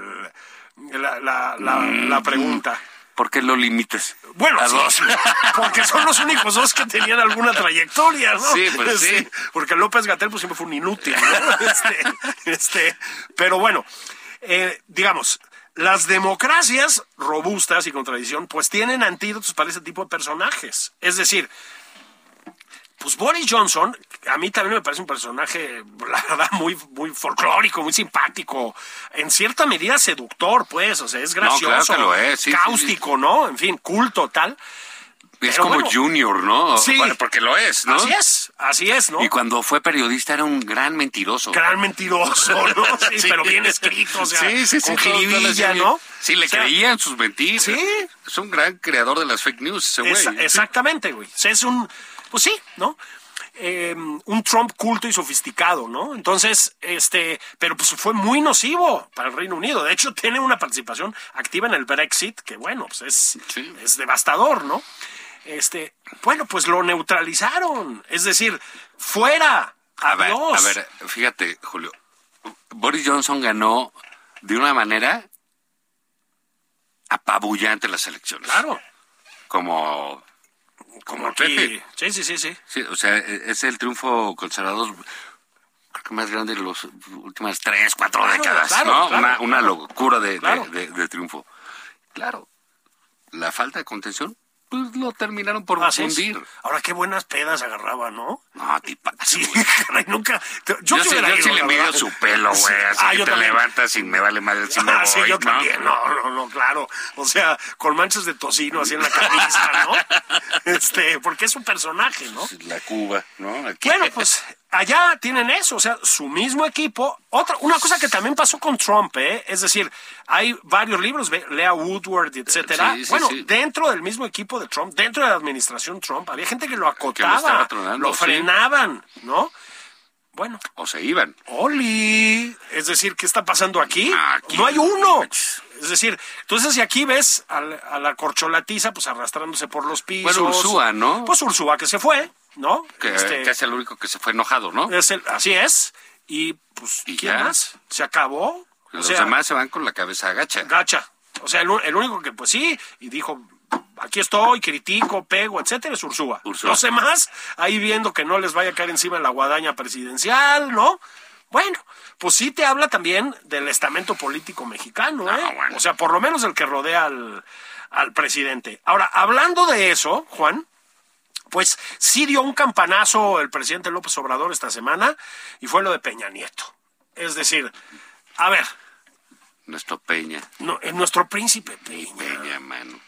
la, la- la-
Mm.
la pregunta.
¿Por qué lo limites?
Bueno,
a
sí,
Ah, dos.
porque son los únicos dos que tenían alguna trayectoria, ¿no?
Sí, pues sí.
Porque López Gatel pues, siempre fue un inútil, ¿no? Este, este, pero bueno, eh, digamos, las democracias robustas y con tradición, pues tienen antídotos para ese tipo de personajes. Es decir, pues Boris Johnson, a mí también me parece un personaje, la verdad, muy, muy folclórico, muy simpático, en cierta medida seductor, pues, o sea, es
claro que
gracioso,
lo es, sí, sí, sí.
cáustico, ¿no? En fin, culto, tal.
es
Pero
como
bueno.
Junior, ¿no?
Sí.
Bueno, porque lo es, ¿no?
Así es, así es, ¿no?
Y cuando fue periodista era un gran mentiroso.
Gran mentiroso, ¿no? Sí,
Sí.
pero bien escrito, o sea,
sí, sí, sí,
con
todo- todo lo hacía
jiribilla,
bien.
¿no?
Sí, le
O sea,
creían sus mentiras.
Sí.
Es un gran creador de las fake news, ese güey.
Esa- exactamente, güey. O sea, es un, pues sí, ¿no? Eh, un Trump culto y sofisticado, ¿no? Entonces, este, pero pues fue muy nocivo para el Reino Unido. De hecho, tiene una participación activa en el Brexit, que bueno, pues es,
Sí.
es devastador, ¿no? Este, bueno, pues lo neutralizaron. Es decir, fuera.
A ver,
adiós.
a ver, fíjate, Julio. Boris Johnson ganó de una manera apabullante las elecciones.
Claro.
Como, como el
Sí,
Pepe.
sí, sí, sí. sí.
Sí, o sea, e- es el triunfo conservador creo que más grande de las últimas tres, cuatro
Claro,
décadas,
claro,
¿no?
claro,
una, una locura de, de-
Claro.
de- de triunfo. Claro, la falta de contención, pues lo terminaron por
Así es.
hundir.
Ahora qué buenas pedas agarraba, ¿no?
No, tipa,
Sí,
güey.
caray, nunca. Yo,
Yo,
sí
sí,
hubiera
yo
ido,
sí le
la
envidio
verdad.
su pelo,
Sí.
güey. Así
Ah,
que
yo
te
también.
levantas y me vale madre si me
Ah,
voy,
sí,
¿no?
yo también. No, no, no, claro. O sea, con manchas de tocino así en la camisa, ¿no? Este, porque es un personaje, ¿no?
Pues, La Cuba, ¿no? Aquí.
Bueno, pues allá tienen eso, o sea, su mismo equipo. Otra, una cosa que también pasó con Trump, ¿eh? es decir, hay varios libros, ve- lea Woodward, etcétera.
sí, sí,
bueno,
sí.
dentro del mismo equipo de Trump, dentro de la administración Trump, había gente que lo
estaba
acotaba,
tronando,
lo
sí.
frenaban, ¿no? Bueno,
O se iban.
Oli, es decir, ¿qué está pasando aquí?
Aquí.
No hay uno. Es decir, entonces si aquí ves a la, a la corcholatiza pues arrastrándose por los pisos.
Bueno, Ursúa, ¿no?
Pues Ursúa que se fue, ¿no?
Que,
Este, Eh,
que es el único que se fue enojado, ¿no?
es el- así es. Y pues,
¿Y
¿quién
ya?
más? Se acabó. O
Los
sea,
demás se van con la cabeza agacha.
Gacha. O sea, el, u- el único que pues sí, y dijo, aquí estoy, critico, pego, etcétera, es Ursúa.
Ursúa.
Los demás, ahí viendo que no les vaya a caer encima la guadaña presidencial, ¿no? Bueno, pues sí te habla también del estamento político mexicano, ¿eh?
Ah, bueno.
O sea, por lo menos el que rodea al, al presidente. Ahora, hablando de eso, Juan, pues sí dio un campanazo el presidente López Obrador esta semana y fue lo de Peña Nieto. Es decir, a ver,
Nuestro Peña,
no, en nuestro príncipe Peña.
Peña, mano.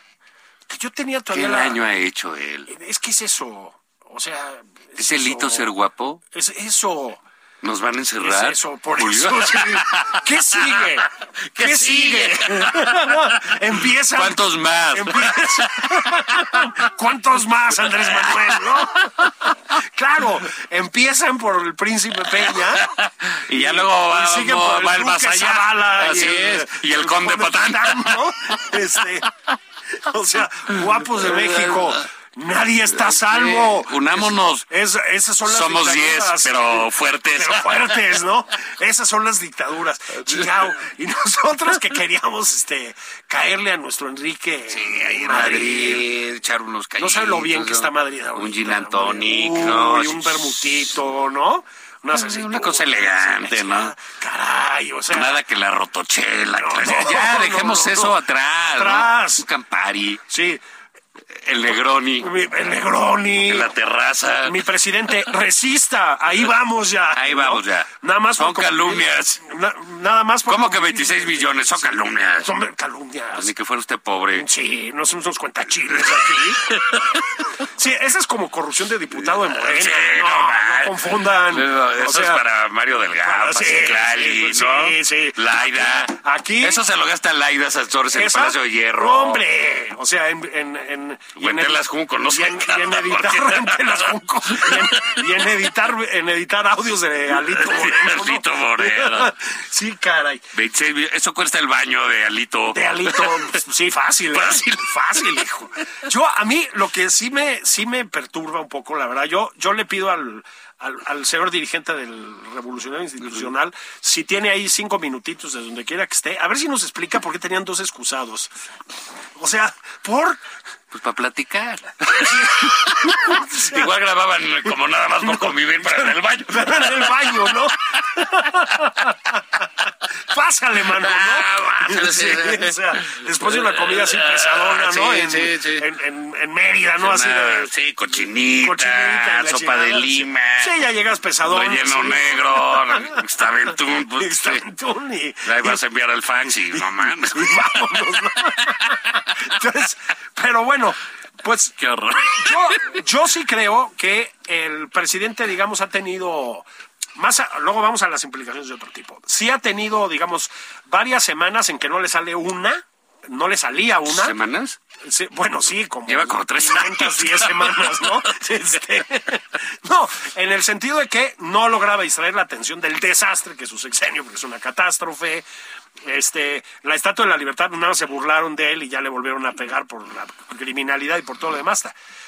que yo tenía
¿Qué
todavía la-
daño ha hecho él?
Es que es eso. O sea.
¿Es delito
eso.
ser guapo?
Es eso.
¿Nos van a
Es
encerrar?
eso. Por
Julio?
eso. sí. ¿Qué sigue?
¿Qué sigue?
Empieza.
¿Cuántos más?
Em, Empieza. ¿Cuántos más, Andrés Manuel? no? Claro, empiezan por el príncipe Peña.
Y ya luego va,
Y siguen por el
va el
Duque
más allá.
Zavala
Así
y el-
es. Y el, conde Patán.
¿no? Este, o sea, guapos de México. Nadie está a salvo.
Sí, Eh, unámonos.
Es- es- esas son las
Somos 10,
dictaduras.
pero fuertes.
eh, Pero fuertes, ¿no? Esas son las dictaduras. Chingao. Y nosotros que queríamos este caerle a nuestro Enrique
Sí, ahí en Madrid, echar unos
No
callitos.
sabe lo bien que está Madrid ahorita.
Un gin and tonic,
Uy,
¿no?
un bermutito, ¿no? Unas
Una
aceitunas,
cosa elegante, ¿no?
Caray, o sea.
Nada que la rotochela.
No,
claro.
no,
ya,
no,
dejemos
no,
eso
no.
atrás. ¿no?
Atrás.
Un Campari,
Sí,
el Negroni,
mi- el Negroni.
en la terraza.
Mi presidente, resista, ahí vamos ya.
Ahí
¿no?
vamos ya.
Nada más
Son
por convivir.
calumnias.
Na- nada más por
¿Cómo que
convivir.
26 millones? Son calumnias.
Son calumnias.
Ni que fuera usted pobre.
Sí, no somos unos cuentachiles aquí. Sí, esa es como corrupción de diputado en Morena.
Sí,
no,
no,
no
man.
confundan.
No, Eso
O sea,
es para Mario Delgado,
para-
para
sí,
Citlali,
sí,
¿no?
sí, sí.
Laida.
Aquí-
Eso se lo gasta Laida Sanzores en el
esa-
Palacio de Hierro.
No, Hombre, o sea, en... en, en
O en Telas Junco, no
y
sé,
en- Y en
cabrón,
editar,
porque-
en Telas Junco, y en- y en editar, en editar audios de Alito Moreno. ¿no?
Alito Moreno.
Sí, caray.
26 millones. Eso cuesta el baño de Alito.
De Alito, sí, fácil. ¿eh?
Fácil.
Fácil, hijo. Yo, a mí, lo que sí me, sí me perturba un poco, la verdad, yo, yo le pido al, al, al señor dirigente del Revolucionario Institucional, si tiene ahí cinco minutitos de donde quiera que esté, a ver si nos explica por qué tenían dos excusados. O sea, por...
Pues para platicar. Igual grababan como nada más por convivir, pero en el baño.
en el baño, ¿no? Pásale, mano,
Ah,
¿no?
pásale, sí, sí.
o sea, después de una comida así pesadona, ¿no?
Sí,
en,
sí, sí.
En, en- en Mérida, ¿no? Así de,
sí, cochinita,
cochinita, y la
sopa
chingada,
de
sí.
lima,
Sí, ya llegas pesadón.
relleno
sí.
negro, está ventún, pues,
Está
sí.
en tún y-
Ahí vas a enviar el fax y no mames.
y vámonos, ¿no? Entonces, pero bueno, pues
Qué horror.
yo, yo sí creo que el presidente, digamos, ha tenido. Más a- luego vamos a las implicaciones de otro tipo. Sí ha tenido, digamos, varias semanas en que no le sale una, no le salía una.
¿Semanas?
Sí, bueno, sí, como.
Lleva como tres
500,
años.
10 semanas, ¿no? Este, no, en el sentido de que no lograba distraer la atención del desastre que es su sexenio, porque es una catástrofe. Este, la Estatua de la Libertad, nada, más se burlaron de él y ya le volvieron a pegar por la criminalidad y por todo lo demás.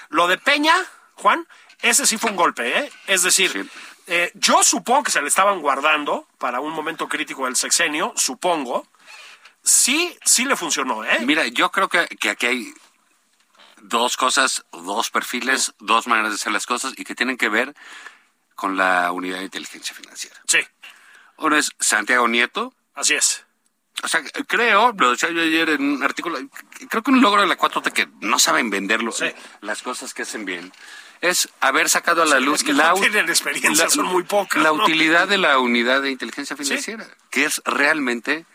Lo de Peña, Juan, ese sí fue un golpe, ¿eh? Es decir,
Sí.
eh, yo supongo que se le estaban guardando para un momento crítico del sexenio, supongo. Sí, sí le funcionó, ¿eh?
Mira, yo creo que, que aquí hay dos cosas, dos perfiles, dos maneras de hacer las cosas y que tienen que ver con la unidad de inteligencia financiera.
Sí,
Uno es Santiago Nieto.
así es.
O sea, creo, lo decía yo ayer en un artículo, creo que un logro de la 4T que no saben venderlo,
Sí.
las cosas que hacen bien, es haber sacado a la
Sí,
luz
es que
la,
no
ut-
tienen experiencia, son muy pocas,
la
¿no?
utilidad de la unidad de inteligencia financiera, que es realmente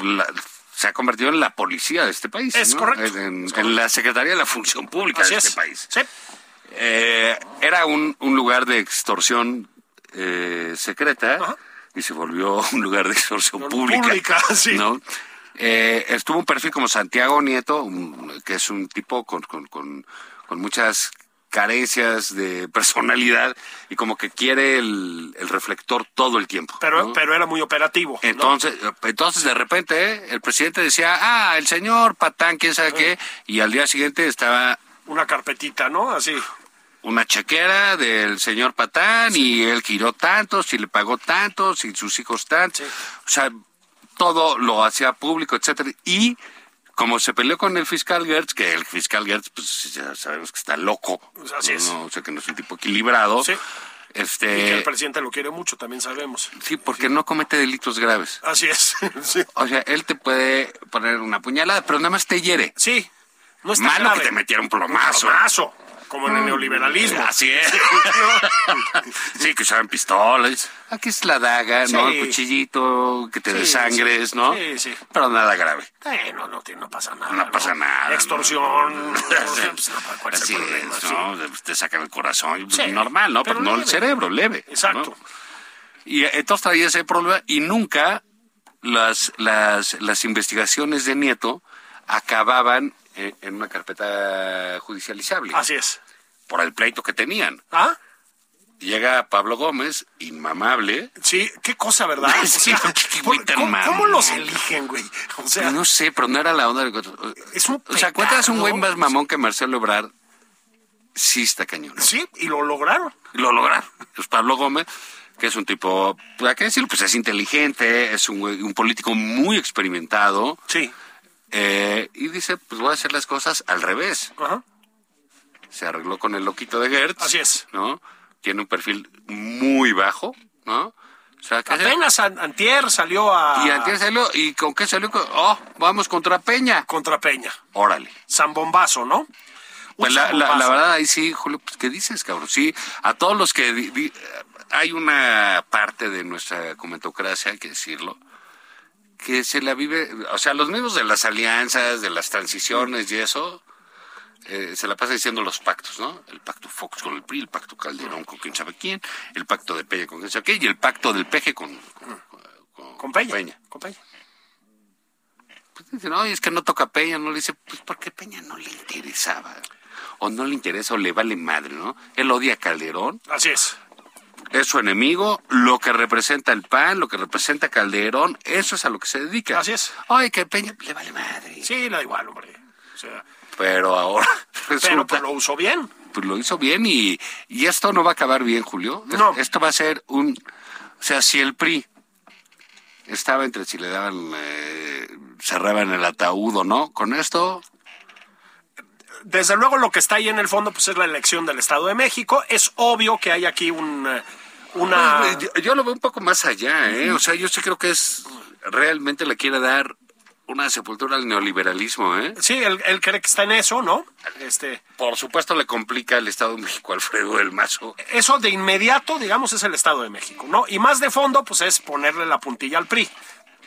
la- se ha convertido en la policía de este país.
Es
¿no?
correcto,
En,
es
en la Secretaría de la Función Pública
Así
de
es.
este país.
Sí,
Eh, era un, un lugar de extorsión eh, secreta
Ajá.
y se volvió un lugar de extorsión
No,
pública.
pública, sí.
¿no? Eh, estuvo un perfil como Santiago Nieto, un- que es un tipo con, con, con- con muchas carencias de personalidad y como que quiere el, el reflector todo el tiempo.
pero,
¿no?
pero era muy operativo. ¿no?
Entonces, eh, entonces de repente eh, el presidente decía, ah, el señor Patán, quién
Eh.
sabe qué, y al día siguiente estaba
Una carpetita, ¿no? Así.
una chequera del señor Patán y él giró tantos y le pagó tantos y sus hijos tantos.
Sí.
O sea, todo lo hacía público, etcétera. Y como se peleó con el fiscal Gertz, que el fiscal Gertz, pues ya sabemos que está loco.
Pues así
¿no?
es.
O sea, que no es un tipo equilibrado.
Sí. Y que el
Este,
presidente lo quiere mucho, también sabemos.
sí, porque no comete delitos graves.
Así es. Sí.
O sea, él te puede poner una puñalada, pero nada más te hiere.
Sí. No está
Malo
grave.
que te metiera un
Un
plomazo.
plomazo, Como en el neoliberalismo.
Así es. Sí, que usaban pistolas. Aquí es la daga, ¿no?
Sí.
El cuchillito, que te
Sí,
desangres,
sí.
¿no?
Sí, sí.
Pero nada grave.
Eh, no, no, tiene- no pasa nada.
No pasa nada.
Extorsión.
¿no?
o sea, pues, no, ¿cuál es el
Así
problema?
es,
Sí.
¿no? pues, Te sacan el corazón, pues,
Sí,
normal, ¿no?
pero
Pero, no el
leve.
cerebro, leve. ¿no?
Exacto.
Y eh, entonces traía ese problema y nunca las, las, las investigaciones de Nieto acababan eh, en una carpeta judicializable
Así es.
por el pleito que tenían.
¿Ah?
Llega Pablo Gómez, inmamable.
Sí, qué cosa, ¿verdad? O
Sí,
sea,
qué
¿por-
güey tan
¿cómo, cómo
mamón?
los eligen, güey? O sea,
no sé, pero no era la onda. del-
Es un
o sea, encuentras un
pecado.
güey más mamón que Marcelo Ebrard. Sí está cañón.
sí, y lo lograron.
Lo lograron. Es Pablo Gómez, que es un tipo, pues, ¿a qué decirlo? Pues es inteligente, es un, güey- un político muy experimentado.
Sí.
eh, y dice, pues voy a hacer las cosas al revés.
Ajá.
Se arregló con el loquito de Gertz.
Así es.
¿No? Tiene un perfil muy bajo, ¿no? O sea, ¿qué hacer?
Apenas an- antier salió a...
Y antier salió, ¿y con qué salió? Con- Oh, vamos contra Peña.
Contra Peña.
Órale.
Zambombazo, ¿no? Un
Pues la, la-
zambombazo.
la verdad, ahí sí, Julio, pues, ¿qué dices, cabrón? Sí, a todos los que... di- di- hay una parte de nuestra comentocracia, hay que decirlo, que se la vive... O sea, los mismos de las alianzas, de las transiciones y eso, eh, se la pasa diciendo los pactos, ¿no? El pacto Fox con el PRI, el pacto Calderón con quién sabe quién, el pacto de Peña con quién sabe quién, y el pacto del PG con... con- con-
Con Peña. Con Peña.
Pues dicen, "Ay, es que no toca Peña, no le dice, pues porque Peña no le interesaba. O no le interesa o le vale madre, ¿no? Él odia a Calderón,
Así es.
es su enemigo, lo que representa el PAN, lo que representa Calderón, eso es a lo que se dedica.
Así es.
Ay, que Peña le vale madre.
Sí, da igual, hombre. O sea,
Pero ahora
pero
resulta,
pues, lo usó bien.
pues, lo hizo bien y, y esto no va a acabar bien, Julio. Es-
No.
Esto va a ser un... O sea, si el PRI estaba entre si le daban... eh, cerraban el ataúd o no, con esto...
Desde luego lo que está ahí en el fondo pues es la elección del Estado de México. Es obvio que hay aquí un, eh, una...
Pues, Yo, yo lo veo un poco más allá, ¿eh? O sea, yo sí creo que es realmente le quiere dar una sepultura al neoliberalismo, ¿eh?
Sí, él, él cree que está en eso, ¿no? Este,
Por supuesto le complica el Estado de México a Alfredo del Mazo.
eso de inmediato, digamos, es el Estado de México, ¿no? Y más de fondo, pues es ponerle la puntilla al PRI,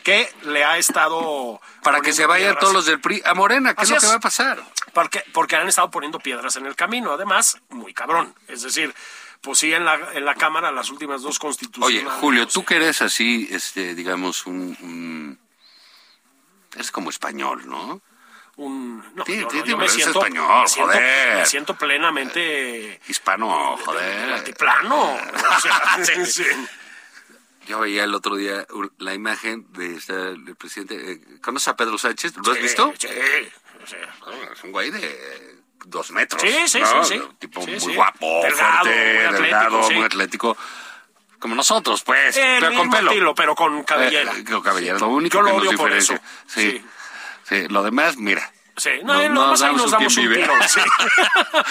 que le ha estado...
Para que
poniendo
se vayan
piedras-
todos los del PRI a Morena, ¿qué
Así
es lo que
es.
va a pasar?
Porque, porque han estado poniendo piedras en el camino, además, muy cabrón. Es decir, pues sí, en la, en la Cámara las últimas dos
Oye,
constituciones...
Julio, tú que eres así, este, digamos, un... un- Eres como español, ¿no?
Un, no,
Sí,
yo,
sí,
no,
sí,
yo
pero
me
es
siento...
español,
me siento-
joder. Eh.
Me siento plenamente...
Hispano,
del
joder.
altiplano. O sea, sí, sí.
Yo veía el otro día un- la imagen de este, el presidente. eh, ¿Conoces a Pedro Sánchez? ¿Lo has visto?
Sí, o sea,
No, Es un güey de dos metros.
Sí, sí,
¿no?
sí, sí.
Tipo
Sí,
muy
sí.
guapo,
Delgado,
fuerte,
muy atlético,
delgado,
sí.
muy atlético. Como nosotros, pues.
El
pero con
mismo
pelo.
estilo, pero con cabellera.
Eh, con cabellera. Lo único
Yo lo
que nos
odio por
diferencia.
eso.
Sí.
Sí.
Sí, Lo demás, mira.
Sí, no, eh, lo demás ahí nos damos
quien
un
vive.
tiro, sí.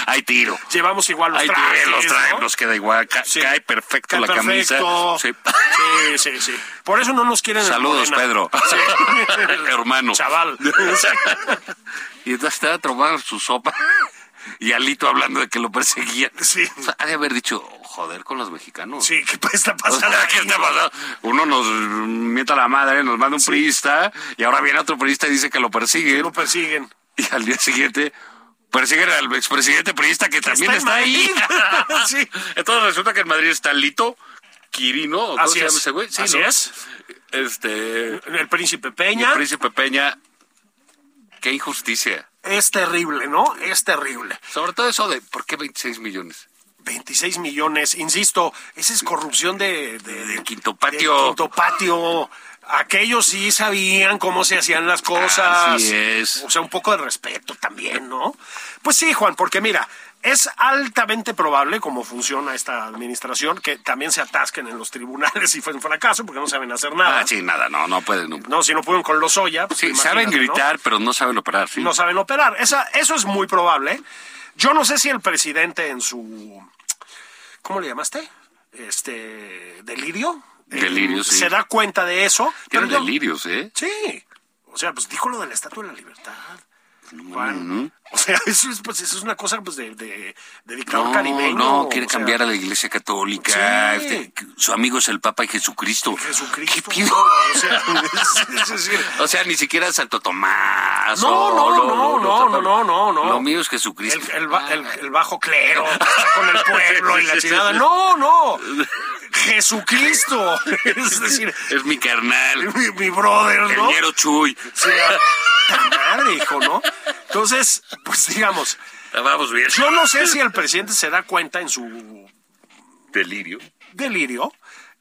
Hay tiro.
Llevamos igual los
Hay tiro,
trajes.
los trajes,
¿no?
nos queda igual. Ca-
Sí.
Cae perfecto
Cae
la
perfecto.
camisa. Sí.
Sí, sí, sí. Por eso no nos quieren en
Saludos,
Morena.
Pedro. Hermano.
Chaval.
Y entonces estaba tomando su sopa y Alito hablando de que lo perseguían.
Sí.
O sea, ha de haber dicho, joder con los mexicanos.
Sí, ¿qué está
O sea,
pasando?
¿qué
aquí?
está pasando? Uno nos mienta la madre, nos manda un priista y ahora viene otro priista y dice que lo persigue.
Lo persiguen.
Y al día siguiente persiguen al expresidente priista que también está,
está en
ahí.
Madrid. Sí.
Entonces resulta que en Madrid está Alito Quirino. ¿o ¿Cómo
Así
se llama
es.
ese güey? Sí,
Así
¿no?
es.
Este.
El príncipe
y
Peña
el príncipe Peña. Qué injusticia.
es terrible, ¿no? Es terrible.
Sobre todo eso de ¿por qué 26 millones?
26 millones, insisto, esa es corrupción de, de-
Del quinto patio.
Eh, del quinto patio. Aquellos sí sabían cómo se hacían las cosas.
Así es.
O sea, un poco de respeto también, ¿no? Pues sí, Juan, porque mira, es altamente probable, como funciona esta administración, que también se atasquen en los tribunales y fue un fracaso porque no saben hacer nada.
Ah, sí, nada, no, no pueden. no.
No, si no pueden con los Oya. pues
Sí,
imagínate,
saben
¿no?
gritar, pero no saben operar. sí.
no saben operar. Esa, eso es muy probable. Yo no sé si el presidente en su. ¿Cómo le llamaste? Este. Delirio.
Delirio, sí.
Se da cuenta de eso.
Tienen
pero yo-
delirios, ¿eh?
Sí. O sea, pues dijo lo de la Estatua de la Libertad. Juan. O sea, eso es, pues, eso es una cosa pues, de, de, de dictador
No,
caribeño.
no, quiere
o sea,
cambiar a la iglesia católica.
Sí.
este, su amigo es el Papa y Jesucristo.
Jesucristo.
¿Qué pido?
O sea, es- es decir,
O sea, ni siquiera Santo Tomás.
No,
o lo-
no, no,
lo-
no,
lo-
no, no, no.
Lo mío es Jesucristo.
el, el ba-
Ah.
el- el bajo clero con el pueblo y la chingada. No, no. Jesucristo. Es decir,
Es mi carnal.
mi, mi brother,
El
¿no?
ñero Chuy.
O sea, ta madre, hijo, ¿no? Entonces, pues digamos,
Ah, Vamos bien.
yo no sé si el presidente se da cuenta en su
Delirio.
delirio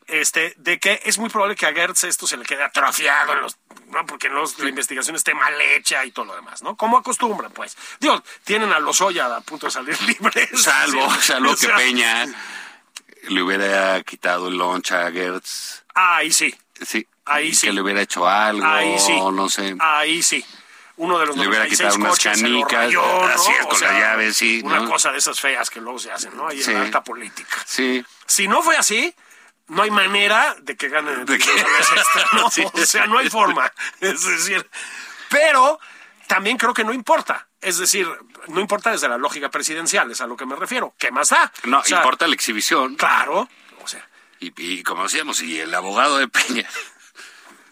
este, de que es muy probable que a Gertz esto se le quede atrofiado en los, ¿no? porque en los- la investigación esté mal hecha y todo lo demás, ¿no? Como acostumbran, pues. Digo, tienen a los a punto de salir libres.
Salvo,
Sí.
salvo
O
que
sea,
Peña le hubiera quitado el lunch a Gertz.
Ahí sí,
Sí.
Ahí
que
sí.
le hubiera hecho algo.
ahí sí. Ah.
No sé.
Ahí sí. Uno de los
Le hubiera
96
quitado unas
coches se lo
canicas,
rayó,
así
¿no?
es,
O
con la llave, sí,
Una
¿no?
cosa de esas feas que luego se hacen, ¿no? Ahí
Sí.
en la alta política.
Sí.
Si no fue así, no hay manera de que ganen
De que-
otra vez esta, este, ¿no?
Sí.
O sea, no hay forma. Es decir, pero también creo que no importa. Es decir, no importa desde la lógica presidencial, es a lo que me refiero. ¿Qué más da?
No,
O sea,
importa la exhibición.
Claro. O sea,
Y, y como decíamos, y el abogado de Peña,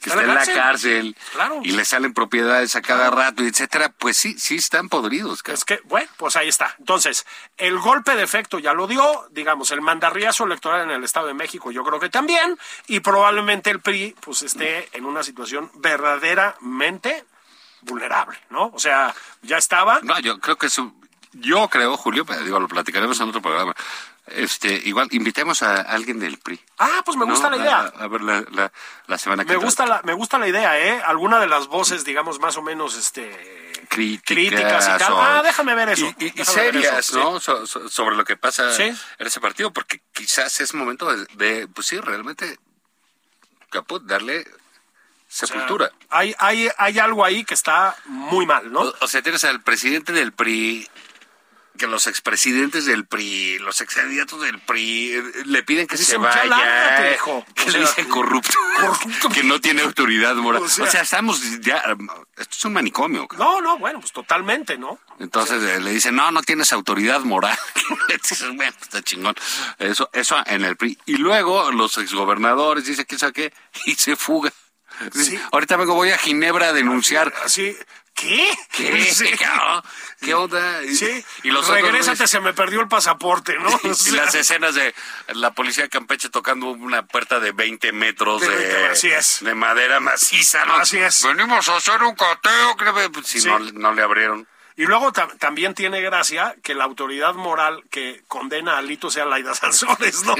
que
Está
está
en
en
la pues,
la cárcel,
Claro.
y le salen propiedades a cada rato, y etcétera, pues sí, sí están podridos. cabrón.
es que, bueno, pues ahí está. Entonces, el golpe de efecto ya lo dio, digamos, el mandarriazo electoral en el Estado de México yo creo que también, y probablemente el PRI pues esté en una situación verdaderamente vulnerable, ¿no? O sea, ya estaba...
No, yo creo que eso, yo creo, Julio, pero digo, lo platicaremos en otro programa. Este, igual, invitemos a alguien del PRI.
Ah, pues me gusta
¿no?
la idea.
A, a ver, la, la- la semana que
Me
entra.
gusta la, me gusta la idea, ¿eh? Alguna de las voces, digamos, más o menos, este...
Críticas,
críticas y tal.
o-
Ah, déjame ver eso.
Y, y- y
Déjame ver
serias,
eso,
¿no? So- so- sobre lo que pasa
Sí.
en ese partido, porque quizás es momento de, de, pues sí, realmente, caput, darle sepultura.
Hay, hay, hay algo ahí que está muy mal, ¿no?
O, o sea, tienes al presidente del PRI, que los expresidentes del Pri, los excandidatos del PRI, eh, le piden que
Dicen,
se
"Ya
vaya,
lárgate, hijo".
que
O
le
sea,
dicen corrupto,
corrupto.
que no tiene autoridad moral.
O
O
sea-
sea, estamos ya, um, esto es un manicomio. cabrón.
No, no, bueno, pues totalmente, ¿no?
Entonces eh, le dicen, no, no tienes autoridad moral. Dices, bueno, está chingón. Eso, eso en el PRI. Y luego los exgobernadores dicen, ¿quién sabe qué? Y se fuga. Dice, Ahorita vengo, voy a Ginebra a denunciar.
Así... ¿Qué?
¿Qué?
Sí,
cabrón? ¿Qué onda? Y-
sí.
Y los otros
Regrésate,
güeyes-
se me perdió el pasaporte, ¿no? O
y
sea,
las escenas de la policía de Campeche tocando una puerta de 20 metros
De
de,
20, así es.
de madera maciza. ¿no?
Así es.
Venimos a hacer un cateo. creo que- Si
Sí.
no, no le abrieron.
Y luego tam- también tiene gracia que la autoridad moral que condena a Alito sea Laida Sansores, ¿no?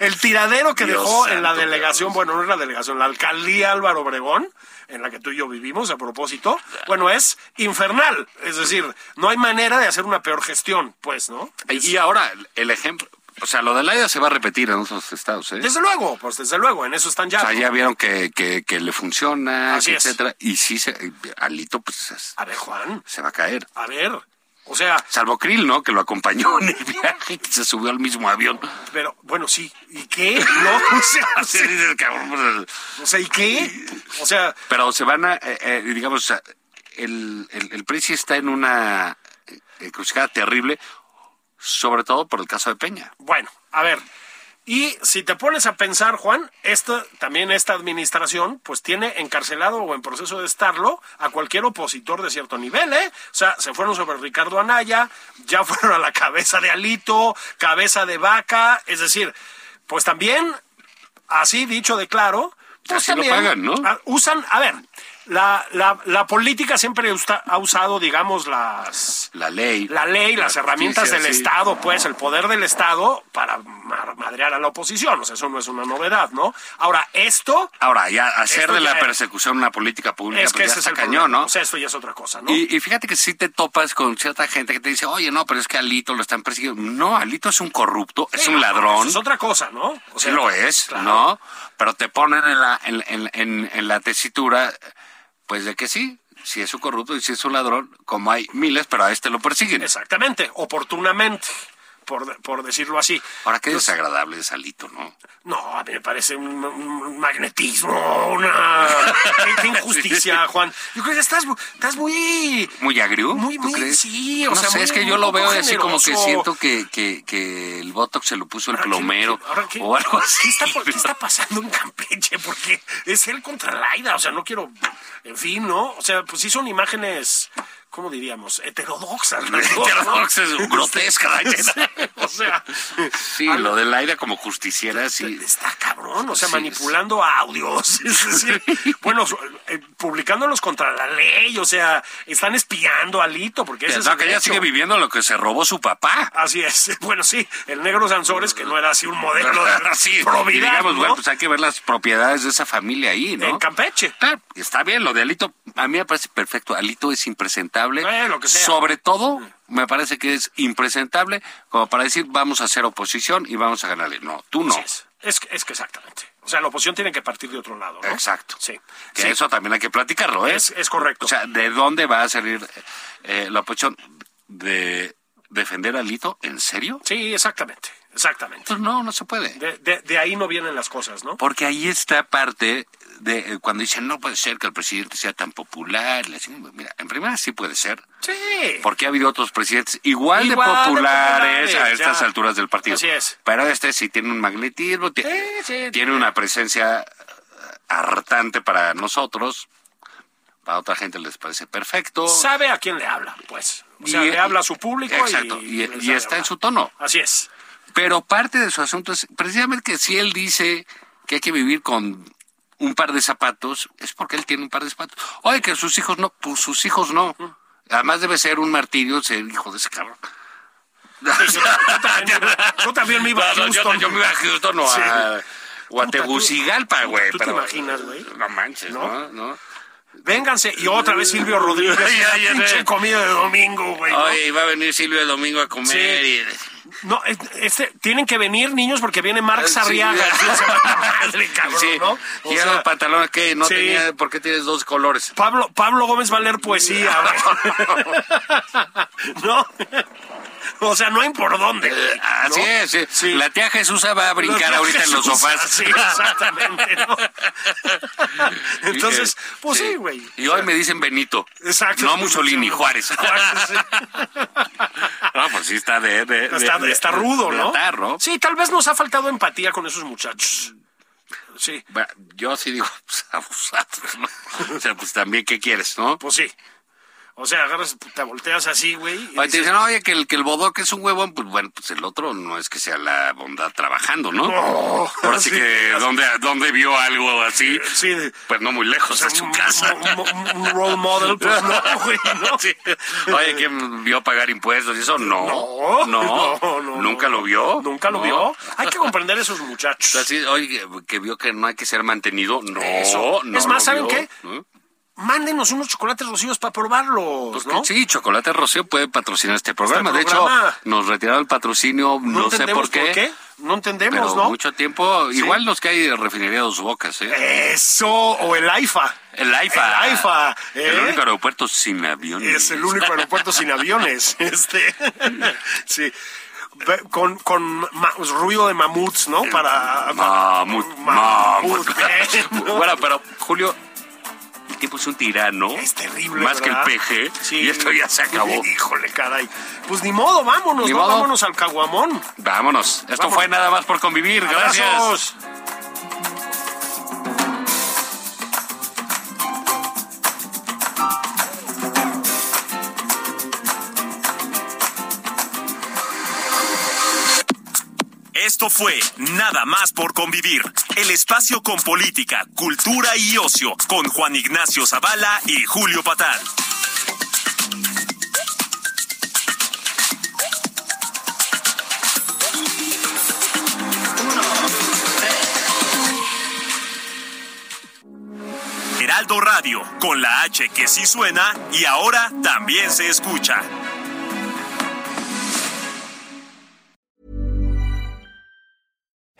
El tiradero que
Dios
dejó en
santo,
la delegación,
cabrón.
bueno, no en la delegación, la alcaldía Álvaro Obregón, en la que tú y yo vivimos a propósito, bueno, es infernal. Es decir, no hay manera de hacer una peor gestión, pues, ¿no?
Y ahora, el ejemplo. O sea, lo de Laida se va a repetir en otros estados, ¿eh?
Desde luego, pues desde luego, en eso están ya.
O sea, ya vieron que, que, que le funciona,
Así es.
etcétera. Y sí, se, Alito, pues es-
A ver, Juan,
se va a caer.
a ver. O sea,
Salvo Krill, ¿no? Que lo acompañó en el viaje, que se subió al mismo avión.
pero bueno, sí. ¿Y qué? ¿No? O sea,
Así dices, cabrón, pues,
o sea, ¿y qué? O sea,
Pero se van a, eh, eh, digamos, a- el, el, el PRI sí está en una eh, encrucijada terrible, sobre todo por el caso de Peña.
Bueno, a ver. Y si te pones a pensar, Juan, esta, también esta administración, pues tiene encarcelado o en proceso de estarlo a cualquier opositor de cierto nivel, ¿eh? O sea, se fueron sobre Ricardo Anaya, ya fueron a la cabeza de Alito, cabeza de vaca, es decir, pues también, así dicho de claro, pues
Así lo
también
pagan, ¿no?
a- usan, a ver, la, la, la política siempre usta- ha usado, digamos, las
La ley.
la ley, las
justicia,
herramientas del
sí.
Estado, pues el poder del Estado para ma- madrear a la oposición. O sea, eso no es una novedad, ¿no? Ahora, esto
Ahora, ya hacer
Esto
de
ya
la
es.
persecución una política pública, pues
es
ya
que ese es
está
el
cañón,
problema.
¿no?
O sea, esto ya es otra cosa, ¿no?
Y, y fíjate que sí te topas con cierta gente que te dice, oye, no, pero es que Alito lo están persiguiendo. No, Alito es un corrupto, es
Sí,
un
Ah, no,
ladrón.
eso Es otra cosa, ¿no? O
sí lo es,
claro.
¿no? Pero te ponen en la, en, en- en- en la tesitura, pues de que sí, si es un corrupto y si es un ladrón, como hay miles, pero a este lo persiguen.
Exactamente, oportunamente, por, de- por decirlo así.
Ahora, qué desagradable es Alito, ¿no?
No, a mí me parece un, un magnetismo, una qué- qué injusticia, Juan. Yo creo que estás, mu- estás muy
Muy agrio.
Muy,
¿tú
muy,
crees?
sí, o
no
sea,
sé,
muy-
es que yo lo
muy
veo así como que
generoso.
siento que, que, que el Botox se lo puso el
Ahora, ¿qué-
plomero
qué- ahora, ¿qué,
o algo así.
¿qué está, por- qué está pasando en Campeche? Porque es él contra Laida, o sea, no quiero... En fin, ¿no? O sea, pues sí son imágenes, ¿cómo diríamos? Heterodoxas. las dos, ¿no?
Heterodoxas, grotescas,
Sí, o sea,
Sí, lo del aire como justiciera, sí.
Este está cabrón. cabrón, o sea,
Sí,
manipulando audios, es decir, bueno, su- eh, publicándolos contra la ley, o sea, están espiando a Lito, porque ese es
No,
el
que ella
hecho.
sigue viviendo lo que se robó su papá.
Así es, bueno, sí, el negro Sansores, que no era así un modelo de
Sí, y
probidad,
digamos,
¿no?
bueno, pues hay que ver las propiedades de esa familia ahí, ¿no?
en Campeche.
Claro, está bien, lo de Alito, a mí me parece perfecto. Alito es impresentable.
Eh, lo que sea. Mm.
Sobre todo, me parece que es impresentable como para decir, vamos a hacer oposición y vamos a ganarle. No, tú no.
Así es. Es, que- es que exactamente. O sea, la oposición tiene que partir de otro lado, ¿no?
Exacto.
Sí.
Que
Sí.
eso también hay que platicarlo, ¿eh?
Es- es correcto.
O sea, ¿de dónde va a salir eh, la oposición? ¿De defender a Alito? ¿En serio?
Sí, exactamente. Exactamente.
Pues no, no se puede.
De, de- de ahí no vienen las cosas, ¿no?
Porque ahí está parte de eh, cuando dicen, no puede ser que el presidente sea tan popular. La chingada". Mira, en primera sí puede ser.
Sí.
Porque ha habido otros presidentes igual,
Igual de
de populares
populares,
a estas
ya.
alturas del partido.
Así es.
Pero este sí tiene un magnetismo, ti- tiene,
Sí, sí.
una presencia eh, hartante para nosotros. Para otra gente les parece perfecto.
Sabe a quién le habla, pues. O sea,
Y-
le habla a su público y-
Exacto, y-
les
y
sabe
está en
hablar.
su tono.
Así es.
Pero parte de su asunto es precisamente que si él dice que hay que vivir con un par de zapatos, es porque él tiene un par de zapatos. Oye, que sus hijos no, pues sus hijos no. Además debe ser un martirio ser hijo de ese cabrón.
Yo, yo también, me iba- yo también me iba a
No, no,
Houston.
Yo, yo me iba a Houston o
Sí.
a, o a
Puta, tú-
Tegucigalpa, güey.
¿tú te
pero-
imaginas, güey?
No manches, ¿no? ¿no?
Vénganse. Y otra vez Silvio Rodríguez.
Ya, ya, ya.
pinche comida de domingo, güey. ¿no?
Oye, iba a venir Silvio el domingo a comer
Sí.
y...
No, es- este, tienen que venir niños porque viene Marx
Sí.
Arriaga. Sí. se va a la madre, cabrón,
Sí.
¿no? O
Y era
sea,
los pantalones que no
sí.
tenía, ¿por qué tienes dos colores?
Pablo, Pablo Gómez va a leer poesía. güey. ¿No? O sea, no hay por dónde. güey,
Así
¿no?
es, sí.
Sí.
la tía Jesús va a brincar
Los
Eh, ahorita en los
Jesús,
sofás.
Sí, exactamente. ¿no? Entonces,
Eh,
pues sí, güey.
Y hoy me dicen Benito.
Exacto.
No Mussolini, Juárez.
sí.
no, pues sí está de... de-
Está,
de-
está rudo,
de
¿no?
atar, ¿no?
Sí, tal vez nos ha faltado empatía con esos muchachos. Sí,
Bueno, Yo sí digo, pues, abusados, ¿no? O sea, pues también, ¿qué quieres, no?
pues sí. O sea, agarras, te volteas así, güey. y
Oye, te
dices,
dicen, oye, que el, que el bodoque es un huevón, pues bueno, pues el otro no es que sea la bondad trabajando, ¿no?
No.
Ahora sí
"Oh, Sí. Eh,
que, ¿dónde, dónde vio algo así?
Sí, de-
Pues no muy lejos de su
un-
casa.
un- Un, un role model, pues no, güey, no.
Sí. Oye, que vio pagar impuestos y eso? No.
No, no, no,
¿Nunca
no.
lo vio?
Nunca lo
No.
vio. Hay que comprender a esos muchachos.
Así, oye, que vio que no hay que ser mantenido. No,
Eso.
no
Es más,
lo
¿saben
vio.
qué?
¿No?
Mándenos unos chocolates rocíos para probarlos,
Pues
¿no?
que sí, Chocolate Rocío puede patrocinar este programa. de
Este programa.
hecho, nos retiraron el patrocinio, no, sé por
entendemos
qué.
No entendemos,
Pero
¿no?
mucho tiempo,
Sí.
igual los que hay de refinería dos bocas, ¿eh?
Eso, o el AIFA.
El AIFA.
El AIFA,
El
¿eh?
único aeropuerto sin aviones.
Es el único aeropuerto sin aviones. Este. sí. Ve- Con, con ma- ruido de mamuts, ¿no? Para.
Mamut, mamut.
¿eh? ¿No?
Bueno, pero Julio, el tipo es un tirano.
Es terrible.
Más
¿verdad?
que el peje.
Sí.
Y esto ya se acabó.
Híjole, caray. Pues ni modo, vámonos,
Ni
¿no?
modo.
vámonos al caguamón.
Vámonos. Esto
Vámonos.
fue nada más por convivir. Gracias.
Abrazos.
Esto fue Nada más por convivir, el espacio con política, cultura y ocio, con Juan Ignacio Zavala y Julio Patán. Heraldo Radio, con la H que sí suena y ahora también se escucha.